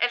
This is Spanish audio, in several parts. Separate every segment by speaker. Speaker 1: El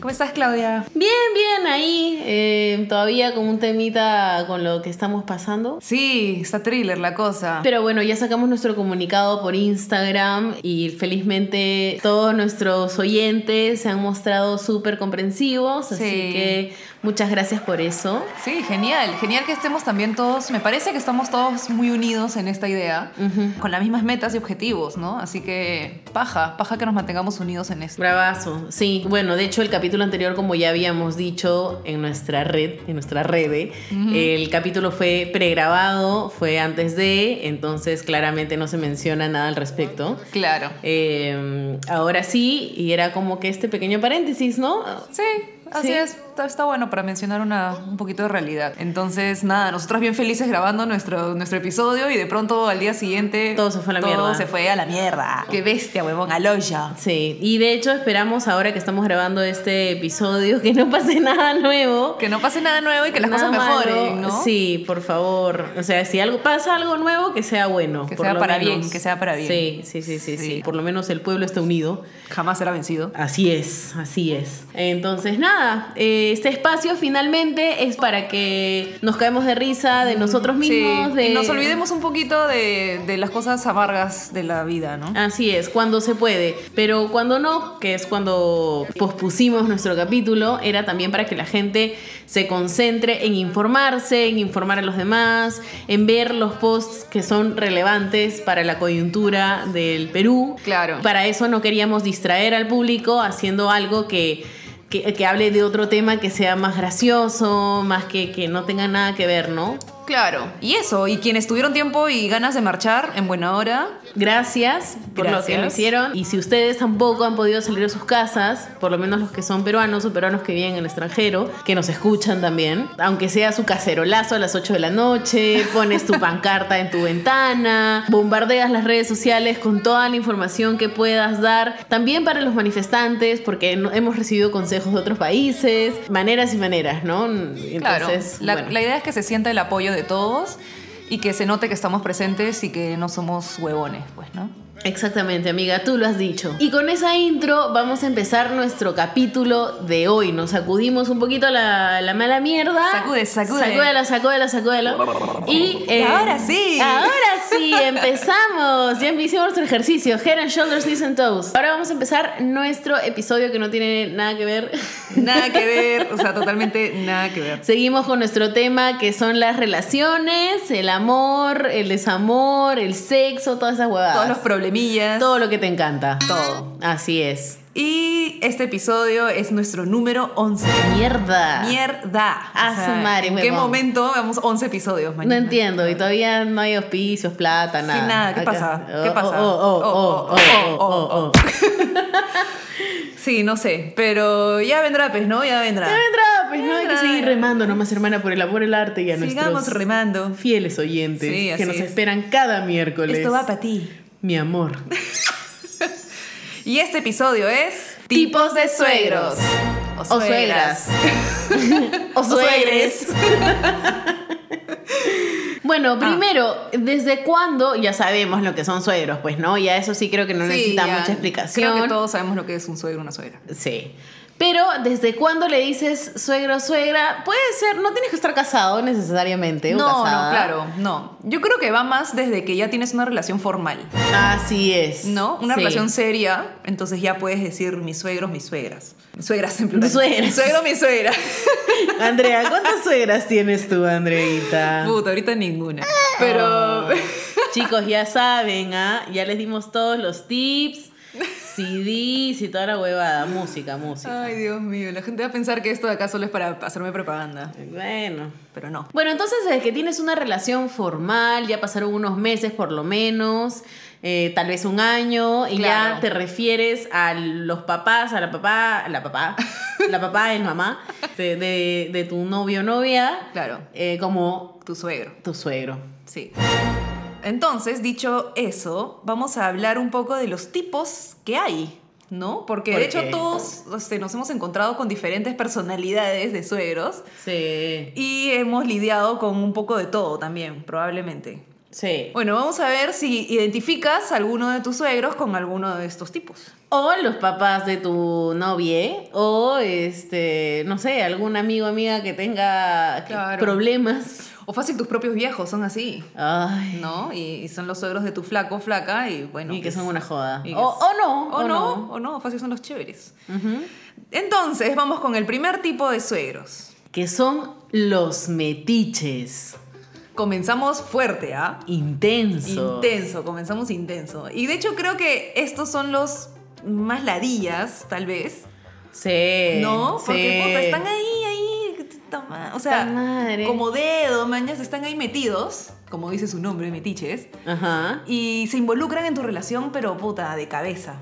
Speaker 2: ¿Cómo estás, Claudia?
Speaker 3: Bien, bien, ahí. eh, todavía con un temita con lo que estamos pasando.
Speaker 2: Sí, está thriller la cosa.
Speaker 3: Pero bueno, ya sacamos nuestro comunicado por Instagram y felizmente todos nuestros oyentes se han mostrado súper comprensivos. Así
Speaker 2: Sí.
Speaker 3: que muchas gracias por eso.
Speaker 2: Sí, genial. Genial que estemos también todos. Me parece que estamos todos muy unidos en esta idea,
Speaker 3: Ujú.
Speaker 2: con las mismas metas y objetivos, ¿no? Así que paja, paja que nos mantengamos unidos en esto.
Speaker 3: Bravazo, sí. Bueno, de hecho el capítulo anterior, como ya habíamos dicho en nuestra red, en nuestra red, eh, el capítulo fue pregrabado, fue antes de, entonces claramente no se menciona nada al respecto.
Speaker 2: Claro.
Speaker 3: Eh, ahora sí, y era como que este pequeño paréntesis, ¿no?
Speaker 2: Sí, así
Speaker 3: Sí.
Speaker 2: es. Está, está bueno para mencionar una, un poquito de realidad. Entonces, nada, nosotros bien felices grabando nuestro, nuestro episodio y de pronto al día siguiente.
Speaker 3: Todo se fue a la
Speaker 2: todo
Speaker 3: mierda.
Speaker 2: se fue a la mierda. Qué bestia, huevón, al hoyo.
Speaker 3: Sí, y de hecho esperamos ahora que estamos grabando este episodio que no pase nada nuevo.
Speaker 2: Que no pase nada nuevo y que las
Speaker 3: Nada
Speaker 2: cosas mejoren,
Speaker 3: malo.
Speaker 2: ¿no?
Speaker 3: Sí, por favor. O sea, si algo pasa algo nuevo, que sea bueno.
Speaker 2: Que
Speaker 3: por
Speaker 2: sea
Speaker 3: lo
Speaker 2: para
Speaker 3: menos.
Speaker 2: bien, que sea para bien.
Speaker 3: Sí, sí, sí, sí, sí.
Speaker 2: Sí.
Speaker 3: Por lo menos el pueblo está unido.
Speaker 2: Jamás será vencido.
Speaker 3: Así es, así es. Entonces, nada, eh, este espacio finalmente es para que nos caemos de risa de nosotros mismos.
Speaker 2: Mm, Sí,
Speaker 3: de...
Speaker 2: Y nos olvidemos un poquito de, de las cosas amargas de la vida, ¿no?
Speaker 3: Así es, cuando se puede. Pero cuando no, que es cuando pospusimos nuestro capítulo, era también para que la gente se concentre en informarse, en informar a los demás, en ver los posts que son relevantes para la coyuntura del Perú.
Speaker 2: Claro.
Speaker 3: Para eso no queríamos distraer al público haciendo algo que... que- que hable de otro tema que sea más gracioso, más que, que no tenga nada que ver, ¿no?
Speaker 2: Claro. Y eso, y quienes tuvieron tiempo y ganas de marchar en buena hora,
Speaker 3: Gracias por lo que
Speaker 2: Gracias.
Speaker 3: lo hicieron. Y si ustedes tampoco han podido salir de sus casas, por lo menos los que son peruanos o peruanos que viven en el extranjero, que nos escuchan también, aunque sea su cacerolazo a las 8 de la noche, pones tu pancarta en tu ventana, bombardeas las redes sociales con toda la información que puedas dar. También para los manifestantes, porque no- hemos recibido consejos de otros países, maneras y maneras, ¿no? Entonces,
Speaker 2: claro. la,
Speaker 3: bueno.
Speaker 2: la idea es que se sienta el apoyo de todos y que se note que estamos presentes y que no somos huevones, pues, ¿no?
Speaker 3: Exactamente, amiga, tú lo has dicho. Y con esa intro vamos a empezar nuestro capítulo de hoy. Nos sacudimos un poquito la, la mala mierda.
Speaker 2: Sacude, sacude.
Speaker 3: Sacúdela, sacúdela, sacúdela. Y eh,
Speaker 2: Ahora sí.
Speaker 3: Ahora sí, empezamos. Ya hicimos nuestro ejercicio. Head and shoulders, knees and toes. Ahora vamos a empezar nuestro episodio que no tiene nada que ver.
Speaker 2: Nada que ver, o sea, totalmente nada que ver.
Speaker 3: Seguimos con nuestro tema que son las relaciones, el amor, el desamor, el sexo, todas esas huevadas.
Speaker 2: Todos los problemillas.
Speaker 3: Todo lo que te encanta.
Speaker 2: Todo.
Speaker 3: Así es.
Speaker 2: Y este episodio es nuestro número 11.
Speaker 3: Mierda.
Speaker 2: Mierda.
Speaker 3: A Ah. su madre,
Speaker 2: ¿En qué
Speaker 3: huevón.
Speaker 2: momento vamos 11 episodios
Speaker 3: No
Speaker 2: mañana?
Speaker 3: entiendo, y todavía no hay auspicios, plata,
Speaker 2: Sin
Speaker 3: nada.
Speaker 2: nada, ¿qué
Speaker 3: Acá-
Speaker 2: pasa? ¿Qué
Speaker 3: Oh,
Speaker 2: pasa?
Speaker 3: Oh, oh, oh, oh, oh, oh, oh, oh.
Speaker 2: Sí, no sé, pero ya vendrá, pues, ¿no? Ya vendrá.
Speaker 3: Entra, pues no hay que
Speaker 2: Entra.
Speaker 3: seguir remando nomás, hermana, por el amor, el arte y a
Speaker 2: Sigamos
Speaker 3: nuestros
Speaker 2: remando.
Speaker 3: fieles oyentes
Speaker 2: Sí,
Speaker 3: que
Speaker 2: así
Speaker 3: nos
Speaker 2: es.
Speaker 3: esperan cada miércoles.
Speaker 2: Esto va para ti.
Speaker 3: Mi amor.
Speaker 2: Y este episodio es
Speaker 3: Tipos de suegros.
Speaker 2: o
Speaker 3: O suegras. o suegres. Ah. Bueno, primero, ¿desde cuándo? Ya sabemos lo que son suegros, pues no, ya eso sí creo que no necesita
Speaker 2: ya.
Speaker 3: mucha explicación.
Speaker 2: Creo que todos sabemos lo que es un suegro, una suegra.
Speaker 3: Sí. Pero desde cuándo le dices suegro suegra, puede ser, no tienes que estar casado necesariamente. o
Speaker 2: no,
Speaker 3: casada.
Speaker 2: no, claro, no. Yo creo que va más desde que ya tienes una relación formal,
Speaker 3: Así es.
Speaker 2: ¿no? Una
Speaker 3: Sí.
Speaker 2: relación seria, entonces ya puedes decir mis suegros, mis suegras. Mis Suegras en plural.
Speaker 3: Suegras.
Speaker 2: Mi suegro, mi suegra.
Speaker 3: Andrea, ¿cuántas suegras tienes tú, Andreita?
Speaker 2: Puta, ahorita ninguna.
Speaker 3: Ah.
Speaker 2: Pero
Speaker 3: Chicos, ya saben, ¿ah? Ya les dimos todos los tips, CDs y toda la huevada. Música, música.
Speaker 2: Ay, Dios mío, la gente va a pensar que esto de acá solo es para hacerme propaganda,
Speaker 3: Bueno.
Speaker 2: pero no.
Speaker 3: Bueno, entonces desde que tienes una relación formal, ya pasaron unos meses por lo menos, eh, tal vez un año, y
Speaker 2: Claro.
Speaker 3: ya te refieres a los papás, a la papá, a la papá, la papá, el mamá de, de- de tu novio o novia,
Speaker 2: Claro,
Speaker 3: eh, como
Speaker 2: tu suegro,
Speaker 3: tu suegro.
Speaker 2: sí. entonces, dicho eso, vamos a hablar un poco de los tipos que hay, ¿no? Porque de
Speaker 3: ¿Por
Speaker 2: hecho
Speaker 3: qué?
Speaker 2: todos este, nos hemos encontrado con diferentes personalidades de suegros
Speaker 3: Sí.
Speaker 2: y hemos lidiado con un poco de todo también, probablemente.
Speaker 3: Sí.
Speaker 2: Bueno, vamos a ver si identificas a alguno de tus suegros con alguno de estos tipos.
Speaker 3: O los papás de tu novia, o este, no sé, algún amigo amiga que tenga que-
Speaker 2: Claro.
Speaker 3: problemas.
Speaker 2: O fácil, tus propios viejos son así,
Speaker 3: Ay.
Speaker 2: ¿no? Y, y son los suegros de tu flaco, flaca, y bueno.
Speaker 3: y que
Speaker 2: pues,
Speaker 3: son una joda.
Speaker 2: y que
Speaker 3: O,
Speaker 2: es-
Speaker 3: o no.
Speaker 2: O, no, o no, fácil son los chéveres.
Speaker 3: Ujú.
Speaker 2: Entonces, vamos con el primer tipo de suegros.
Speaker 3: Que son los metiches.
Speaker 2: Comenzamos fuerte, ¿ah?
Speaker 3: Intenso.
Speaker 2: Intenso, comenzamos intenso. Y de hecho creo que estos son los más ladillas, tal vez.
Speaker 3: Sí.
Speaker 2: ¿No?
Speaker 3: Eh, sí.
Speaker 2: Porque puta, están ahí, ahí. que puta ma- O sea,
Speaker 3: Puta madre.
Speaker 2: como dedo, mañas, están ahí metidos, como dice su nombre, metiches.
Speaker 3: Ajá.
Speaker 2: Y se involucran en tu relación, pero puta, de cabeza.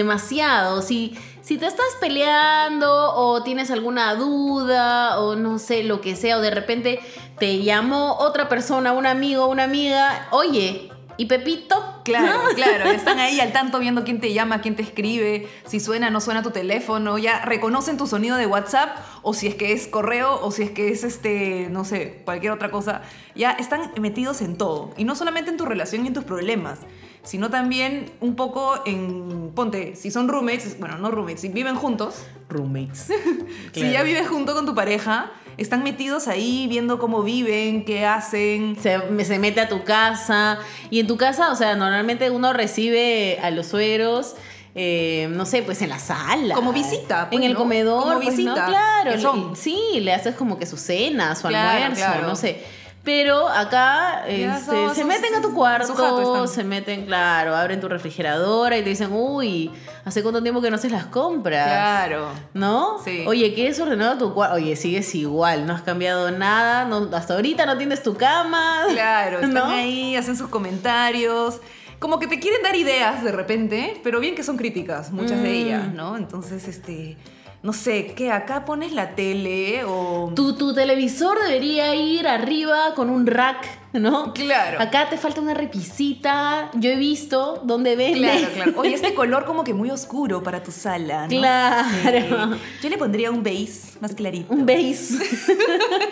Speaker 3: demasiado. Si, si te estás peleando o tienes alguna duda o no sé, lo que sea, o de repente te llamó otra persona, un amigo, una amiga, oye, ¿y Pepito?
Speaker 2: Claro, claro, están ahí al tanto viendo quién te llama, quién te escribe, si suena, no suena tu teléfono, ya reconocen tu sonido de WhatsApp o si es que es correo o si es que es este, no sé, cualquier otra cosa. Ya están metidos en todo y no solamente en tu relación y en tus problemas, sino también un poco en ponte, si son roommates, bueno, no roommates, si viven juntos,
Speaker 3: Roommates.
Speaker 2: si ya
Speaker 3: Claro.
Speaker 2: vives junto con tu pareja, están metidos ahí viendo cómo viven, qué hacen.
Speaker 3: Se, me- se mete a tu casa. Y en tu casa, o sea, normalmente uno recibe a los suegros. eh, no sé, pues en la sala.
Speaker 2: Como visita, pues,
Speaker 3: en el
Speaker 2: ¿no?
Speaker 3: comedor.
Speaker 2: Como
Speaker 3: pues, ¿no?
Speaker 2: visita,
Speaker 3: Claro.
Speaker 2: que son.
Speaker 3: le- sí, le haces como que su cena, su
Speaker 2: Claro,
Speaker 3: almuerzo,
Speaker 2: claro.
Speaker 3: no sé. Pero acá
Speaker 2: Ya
Speaker 3: este,
Speaker 2: son
Speaker 3: se
Speaker 2: sus-
Speaker 3: meten a
Speaker 2: su
Speaker 3: tu
Speaker 2: jato
Speaker 3: cuarto,
Speaker 2: están.
Speaker 3: se meten, claro, abren tu refrigeradora y te dicen, uy, hace cuánto tiempo que no haces las compras.
Speaker 2: Claro.
Speaker 3: ¿No?
Speaker 2: Sí.
Speaker 3: Oye, ¿qué es ordenado tu cuarto? Oye, sigues igual, no has cambiado nada, no- hasta ahorita no tienes tu cama.
Speaker 2: Claro, están
Speaker 3: ¿no?
Speaker 2: ahí, hacen sus comentarios. Como que te quieren dar ideas de repente, pero bien que son críticas, muchas de ellas,
Speaker 3: Mm.
Speaker 2: ¿no? Entonces, este. No sé, ¿qué? ¿Acá pones la tele o.?
Speaker 3: Tu, tu televisor debería ir arriba con un rack, ¿no?
Speaker 2: Claro.
Speaker 3: Acá te falta una repisita. Yo he visto dónde vende.
Speaker 2: Claro, claro. Oye, este color como que muy oscuro para tu sala, ¿no?
Speaker 3: Claro.
Speaker 2: Sí. Yo le pondría un beige más clarito.
Speaker 3: Un beige.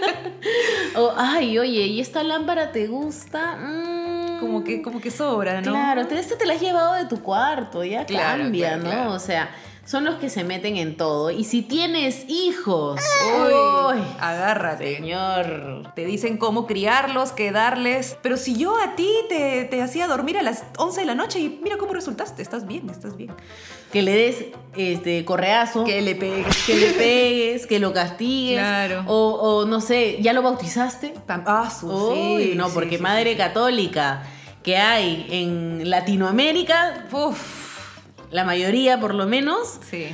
Speaker 3: o, ay, oye, ¿y esta lámpara te gusta? Mm,
Speaker 2: Como que, como que sobra, ¿no?
Speaker 3: Claro, te- este te la has llevado de tu cuarto, ya
Speaker 2: Claro,
Speaker 3: cambia,
Speaker 2: claro,
Speaker 3: ¿no?
Speaker 2: claro.
Speaker 3: O sea, son los que se meten en todo. Y si tienes hijos,
Speaker 2: Uy,
Speaker 3: ¡ay,
Speaker 2: agárrate.
Speaker 3: señor.
Speaker 2: Te dicen cómo criarlos, qué darles. Pero si yo a ti te, te hacía dormir a las 11 de la noche y mira cómo resultaste. Estás bien, estás bien.
Speaker 3: Que le des este correazo.
Speaker 2: Que le pegues.
Speaker 3: que le pegues, que lo castigues.
Speaker 2: Claro.
Speaker 3: O, o no sé, ¿ya lo bautizaste?
Speaker 2: Tam- Ah, su,
Speaker 3: Uy,
Speaker 2: sí,
Speaker 3: no,
Speaker 2: sí,
Speaker 3: porque
Speaker 2: sí,
Speaker 3: madre
Speaker 2: sí.
Speaker 3: católica que hay en Latinoamérica,
Speaker 2: Uf,
Speaker 3: la mayoría por lo menos,
Speaker 2: sí.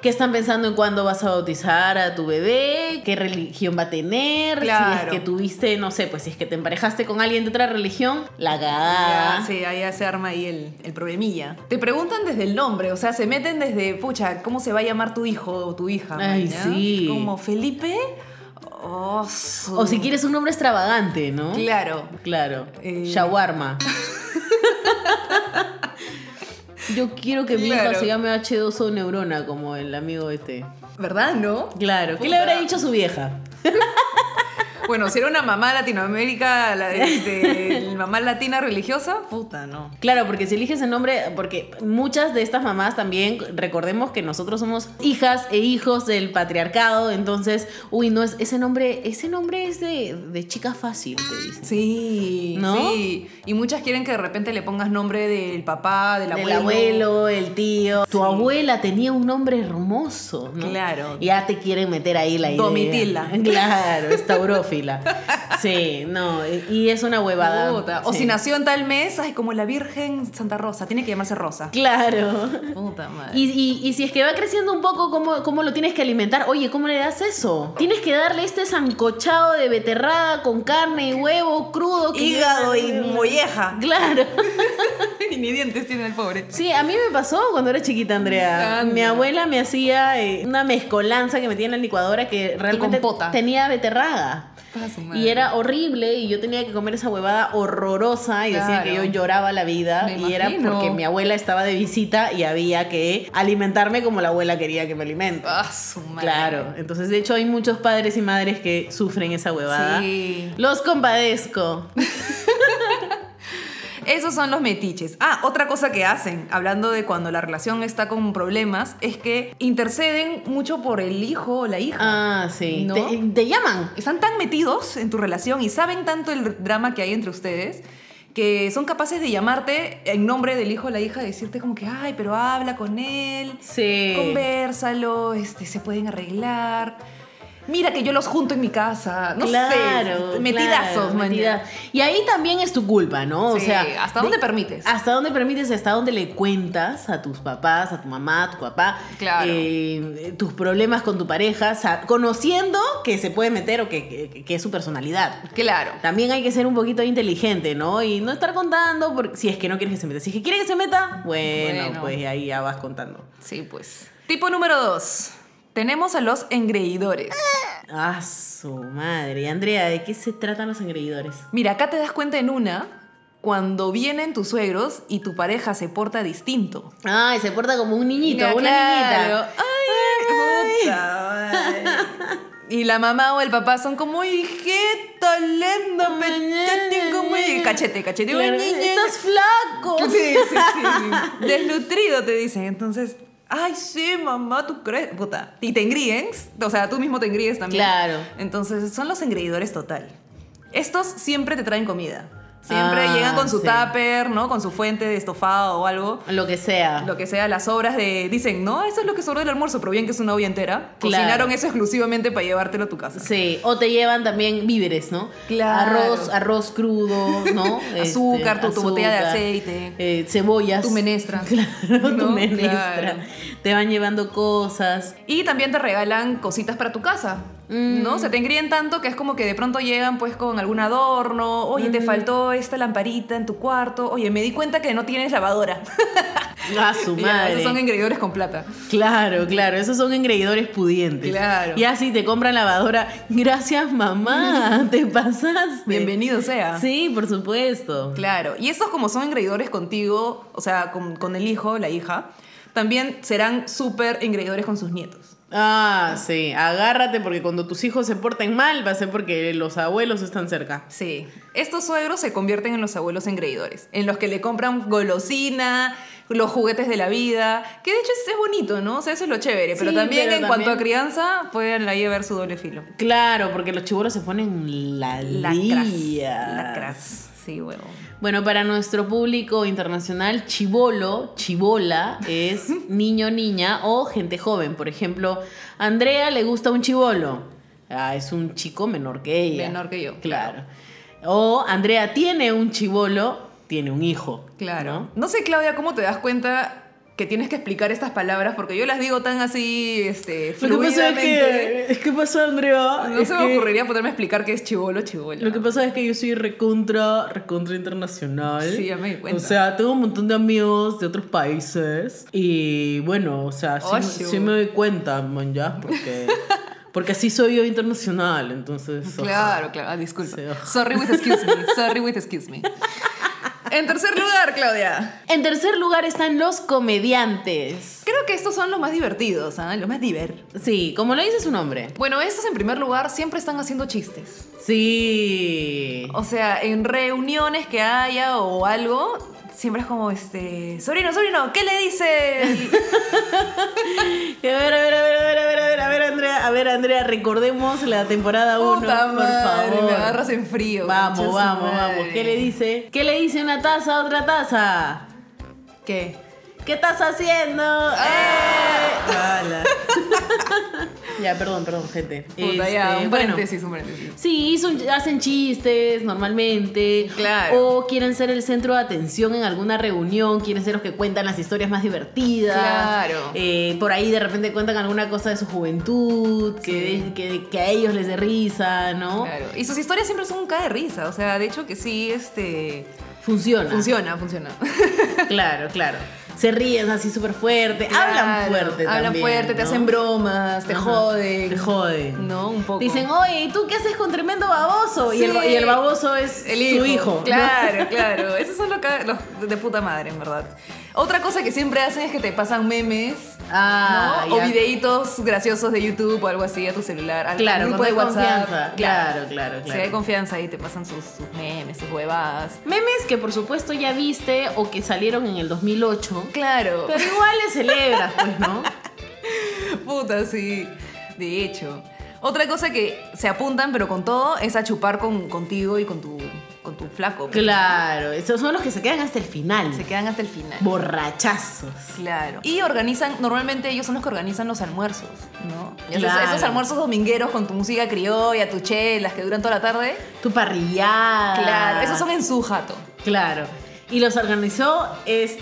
Speaker 3: que están pensando en cuándo vas a bautizar a tu bebé, qué religión va a tener, si
Speaker 2: Claro.
Speaker 3: es que tuviste, no sé, pues si es que te emparejaste con alguien de otra religión, la
Speaker 2: Ya,
Speaker 3: cagada.
Speaker 2: sí, ahí ya se arma ahí el, el problemilla. Te preguntan desde el nombre, o sea, se meten desde, pucha, ¿cómo se va a llamar tu hijo o tu hija?
Speaker 3: Ay,
Speaker 2: maña?
Speaker 3: sí.
Speaker 2: Como Felipe. Oh, su-
Speaker 3: O si quieres un nombre extravagante, ¿no?
Speaker 2: Claro.
Speaker 3: Claro.
Speaker 2: Eh.
Speaker 3: Shawarma. Yo quiero que mi hija
Speaker 2: Claro.
Speaker 3: se llame H2O Neurona, como el amigo este.
Speaker 2: ¿Verdad, no?
Speaker 3: Claro. ¿Qué le
Speaker 2: Puta.
Speaker 3: habrá dicho su vieja?
Speaker 2: Bueno, si era una mamá Latinoamérica, la de, este, mamá latina religiosa, puta, no.
Speaker 3: Claro, porque si eliges el nombre, porque muchas de estas mamás también, recordemos que nosotros somos hijas e hijos del patriarcado, entonces, uy, no es ese nombre, ese nombre es de, de chica fácil, te dicen.
Speaker 2: Sí,
Speaker 3: ¿No?
Speaker 2: sí. Y muchas quieren que de repente le pongas nombre del papá, del abuelo.
Speaker 3: Del abuelo, el tío. Tu abuela tenía un nombre hermoso, ¿no?
Speaker 2: Claro.
Speaker 3: Ya te quieren meter ahí la idea.
Speaker 2: Domitila.
Speaker 3: Claro, es taurófila. sí, no, y es una huevada.
Speaker 2: Puta. O
Speaker 3: Sí.
Speaker 2: si nació en tal mes, ay, como la Virgen Santa Rosa, tiene que llamarse Rosa.
Speaker 3: Claro.
Speaker 2: Puta madre.
Speaker 3: Y, y- y si es que va creciendo un poco, ¿cómo, ¿cómo lo tienes que alimentar? Oye, ¿cómo le das eso? Tienes que darle este zancochado de beterrada con carne y huevo crudo. que-
Speaker 2: Hígado y molleja.
Speaker 3: Claro.
Speaker 2: ni dientes tiene el pobre.
Speaker 3: Sí, a mí me pasó cuando era chiquita, Andrea.
Speaker 2: Anda.
Speaker 3: Mi abuela me hacía eh, una mezcolanza que metía en la licuadora que realmente
Speaker 2: compota.
Speaker 3: tenía beterraga.
Speaker 2: Pa' su madre.
Speaker 3: Y era horrible y yo tenía que comer esa huevada horrorosa y decía
Speaker 2: Claro.
Speaker 3: que yo lloraba la vida
Speaker 2: Me
Speaker 3: y era
Speaker 2: imagino.
Speaker 3: porque mi abuela estaba de visita y había que alimentarme como la abuela quería que me alimente.
Speaker 2: Pa' Ah, su madre.
Speaker 3: Claro, entonces de hecho hay muchos padres y madres que sufren esa huevada.
Speaker 2: Sí.
Speaker 3: Los compadezco.
Speaker 2: Esos son los metiches. Ah, otra cosa que hacen, hablando de cuando la relación está con problemas, es que interceden mucho por el hijo o la hija.
Speaker 3: Ah, sí.
Speaker 2: ¿No?
Speaker 3: Te, te llaman.
Speaker 2: Están tan metidos en tu relación y saben tanto el drama que hay entre ustedes que son capaces de llamarte en nombre del hijo o la hija, decirte como que, ay, pero habla con él,
Speaker 3: Sí.
Speaker 2: conversalo, este, se pueden arreglar. Mira que yo los junto en mi casa. No
Speaker 3: claro,
Speaker 2: sé. Metidazos,
Speaker 3: claro,
Speaker 2: man.
Speaker 3: metida- Y ahí también es tu culpa, ¿no? o
Speaker 2: Sí,
Speaker 3: sea,
Speaker 2: ¿hasta
Speaker 3: de- Ah.
Speaker 2: dónde permites?
Speaker 3: Hasta dónde permites, hasta dónde le cuentas a tus papás, a tu mamá, a tu papá,
Speaker 2: Claro.
Speaker 3: eh, tus problemas con tu pareja, sa- conociendo que se puede meter o que, que- que es su personalidad.
Speaker 2: Claro.
Speaker 3: También hay que ser un poquito inteligente, ¿no? Y no estar contando porque, si es que no quieres que se meta. Si es que quieres que se meta, bueno,
Speaker 2: Bueno.
Speaker 3: pues ahí ya vas contando.
Speaker 2: Sí, pues. Tipo número dos. Tenemos a los engreidores.
Speaker 3: Ah, su madre. Andrea, ¿de qué se tratan los engreidores?
Speaker 2: Mira, acá te das cuenta en una cuando vienen tus suegros y tu pareja se porta distinto.
Speaker 3: Ay, se porta como un niñito,
Speaker 2: Ya,
Speaker 3: una
Speaker 2: claro.
Speaker 3: niñita.
Speaker 2: Ay, puta, ay. Y la mamá o el papá son como, hijita linda, pechete, como... Cachete, cachete.
Speaker 3: Claro,
Speaker 2: Ay, niña.
Speaker 3: Estás flaco.
Speaker 2: Sí, sí, sí. Desnutrido, te dicen. Entonces, ay, sí, mamá, tú crees. Puta. Y te engríes. O sea, tú mismo te engríes también.
Speaker 3: Claro.
Speaker 2: Entonces, son los engreidores total. Estos siempre te traen comida. Siempre
Speaker 3: Ah,
Speaker 2: llegan con su
Speaker 3: sí.
Speaker 2: tupper, ¿no? Con su fuente de estofado o algo.
Speaker 3: Lo que sea.
Speaker 2: Lo que sea, las obras de. Dicen, no, eso es lo que sobró del almuerzo, pero bien que es una olla entera.
Speaker 3: Claro.
Speaker 2: Cocinaron eso exclusivamente para llevártelo a tu casa.
Speaker 3: Sí, o te llevan también víveres, ¿no?
Speaker 2: Claro.
Speaker 3: Arroz, arroz crudo, ¿no? Este,
Speaker 2: Azúcar, tu- tu botella de
Speaker 3: azúcar,
Speaker 2: aceite.
Speaker 3: eh, cebollas.
Speaker 2: Tu menestra.
Speaker 3: Claro, tu
Speaker 2: No,
Speaker 3: menestra.
Speaker 2: claro.
Speaker 3: Te van llevando cosas.
Speaker 2: Y también te regalan cositas para tu casa,
Speaker 3: Mm.
Speaker 2: ¿no? Se te engríen tanto que es como que de pronto llegan pues con algún adorno, oye,
Speaker 3: Mm.
Speaker 2: te faltó esta lamparita en tu cuarto, oye, me di cuenta que no tienes lavadora.
Speaker 3: A su
Speaker 2: Y ya,
Speaker 3: madre.
Speaker 2: Esos son engreidores con plata.
Speaker 3: Claro, claro, esos son engreidores pudientes.
Speaker 2: Claro.
Speaker 3: Y así te compran lavadora. Gracias, mamá, te pasaste.
Speaker 2: Bienvenido sea.
Speaker 3: Sí, por supuesto.
Speaker 2: Claro. Y estos como son engreidores contigo, o sea, con, con el hijo, la hija, también serán súper engreidores con sus nietos.
Speaker 3: Ah, sí, agárrate porque cuando tus hijos se porten mal va a ser porque los abuelos están cerca.
Speaker 2: Sí, estos suegros se convierten en los abuelos engreidores, en los que le compran golosina, los juguetes de la vida, que de hecho es, es bonito, ¿no? O sea, eso es lo chévere, pero
Speaker 3: Sí,
Speaker 2: también
Speaker 3: pero
Speaker 2: en cuanto a
Speaker 3: también-
Speaker 2: crianza pueden ahí ver su doble filo.
Speaker 3: Claro, porque los chibolos se ponen la
Speaker 2: Lacras. Lacras. Sí, huevo.
Speaker 3: Bueno, para nuestro público internacional, chibolo, chibola es niño, niña o gente joven. Por ejemplo, a Andrea le gusta un chibolo. Ah, es un chico menor que ella.
Speaker 2: Menor que yo,
Speaker 3: Claro. O Andrea tiene un chibolo, tiene un hijo.
Speaker 2: Claro.
Speaker 3: ¿no?
Speaker 2: ¿no? sé, Claudia, cómo te das cuenta que tienes que explicar estas palabras, porque yo las digo tan así, este,
Speaker 3: Lo que pasa es
Speaker 2: fluidamente.
Speaker 3: que, es que pasa, Andrea.
Speaker 2: No
Speaker 3: es
Speaker 2: se
Speaker 3: que-
Speaker 2: me ocurriría poderme explicar qué es chivolo, chivolo.
Speaker 3: Lo que pasa es que yo soy recontra, recontra internacional.
Speaker 2: Sí, ya me di cuenta.
Speaker 3: O sea, tengo un montón de amigos de otros países. Y bueno, o sea, sí,
Speaker 2: Oye.
Speaker 3: sí me doy cuenta, man, ya, porque, porque así soy yo internacional, entonces. o sea,
Speaker 2: Claro, claro. Ah, disculpa.
Speaker 3: Sí.
Speaker 2: Sorry with excuse me. Sorry with excuse me. En tercer lugar, Claudia.
Speaker 3: En tercer lugar están los comediantes.
Speaker 2: Creo que estos son los más divertidos, ¿ah? Los más diver.
Speaker 3: Sí, como lo dice su nombre.
Speaker 2: Bueno, estos en primer lugar siempre están haciendo chistes.
Speaker 3: Sí.
Speaker 2: O sea, en reuniones que haya o algo, siempre es como este. Sobrino, sobrino, ¿qué le dice?
Speaker 3: A ver, a ver, a ver, a ver, a ver, a ver, a ver, Andrea, a ver, Andrea, recordemos la temporada 1, por favor.
Speaker 2: Me agarras en frío. concha
Speaker 3: Vamos,
Speaker 2: su
Speaker 3: vamos,
Speaker 2: madre.
Speaker 3: vamos. ¿Qué le dice? ¿Qué le dice una taza a otra taza?
Speaker 2: ¿Qué?
Speaker 3: ¿Qué estás haciendo?
Speaker 2: Ah.
Speaker 3: ¡Eh! Ala. ya, perdón, perdón, gente.
Speaker 2: Puta, ya,
Speaker 3: Este,
Speaker 2: un
Speaker 3: bueno.
Speaker 2: paréntesis, un paréntesis.
Speaker 3: Sí, son- hacen chistes normalmente.
Speaker 2: Claro.
Speaker 3: O quieren ser el centro de atención en alguna reunión. Quieren ser los que cuentan las historias más divertidas.
Speaker 2: Claro.
Speaker 3: Eh, por ahí de repente cuentan alguna cosa de su juventud. Que,
Speaker 2: Sí.
Speaker 3: que- que a ellos les dé risa, ¿no?
Speaker 2: Claro. Y sus historias siempre son un cae de risa. O sea, de hecho que sí, este.
Speaker 3: Funciona.
Speaker 2: Funciona, funciona.
Speaker 3: Claro, claro. Se ríen así súper fuerte,
Speaker 2: Claro,
Speaker 3: hablan fuerte
Speaker 2: Hablan
Speaker 3: también,
Speaker 2: fuerte, te
Speaker 3: ¿no?
Speaker 2: hacen bromas, te
Speaker 3: Ajá,
Speaker 2: joden.
Speaker 3: Te joden.
Speaker 2: No, un poco.
Speaker 3: Dicen, "Oh, oye, ¿y tú qué haces con tremendo baboso? Y, el, ba-
Speaker 2: Sí.
Speaker 3: y el baboso es su hijo. ¿no?
Speaker 2: Claro, claro. Esos son los, ca- los de puta madre, en verdad. Otra cosa que siempre hacen es que te pasan memes.
Speaker 3: Ah,
Speaker 2: ¿no? O
Speaker 3: ya.
Speaker 2: videitos graciosos de YouTube o algo así a tu celular. Al,
Speaker 3: Claro,
Speaker 2: al grupo
Speaker 3: cuando
Speaker 2: de
Speaker 3: hay
Speaker 2: WhatsApp.
Speaker 3: confianza. Claro, claro,
Speaker 2: Si hay
Speaker 3: claro.
Speaker 2: confianza ahí te pasan sus, sus memes, sus huevadas.
Speaker 3: Memes que por supuesto ya viste o que salieron en el 2008.
Speaker 2: Claro.
Speaker 3: Pero igual le celebras, pues, ¿no?
Speaker 2: Puta, sí. De hecho. Otra cosa que se apuntan, pero con todo, es a chupar con, contigo y con tu, con tu flaco.
Speaker 3: Claro, esos son los que se quedan hasta el final.
Speaker 2: Se quedan hasta el final.
Speaker 3: Borrachazos.
Speaker 2: Claro. Y organizan, normalmente ellos son los que organizan los almuerzos, ¿no? Esos-
Speaker 3: Claro.
Speaker 2: Esos, almuerzos domingueros con tu música criolla, tu chelas que duran toda la tarde.
Speaker 3: Tu parrillada.
Speaker 2: Claro. Esos son en su jato.
Speaker 3: Claro. Y los organizó es-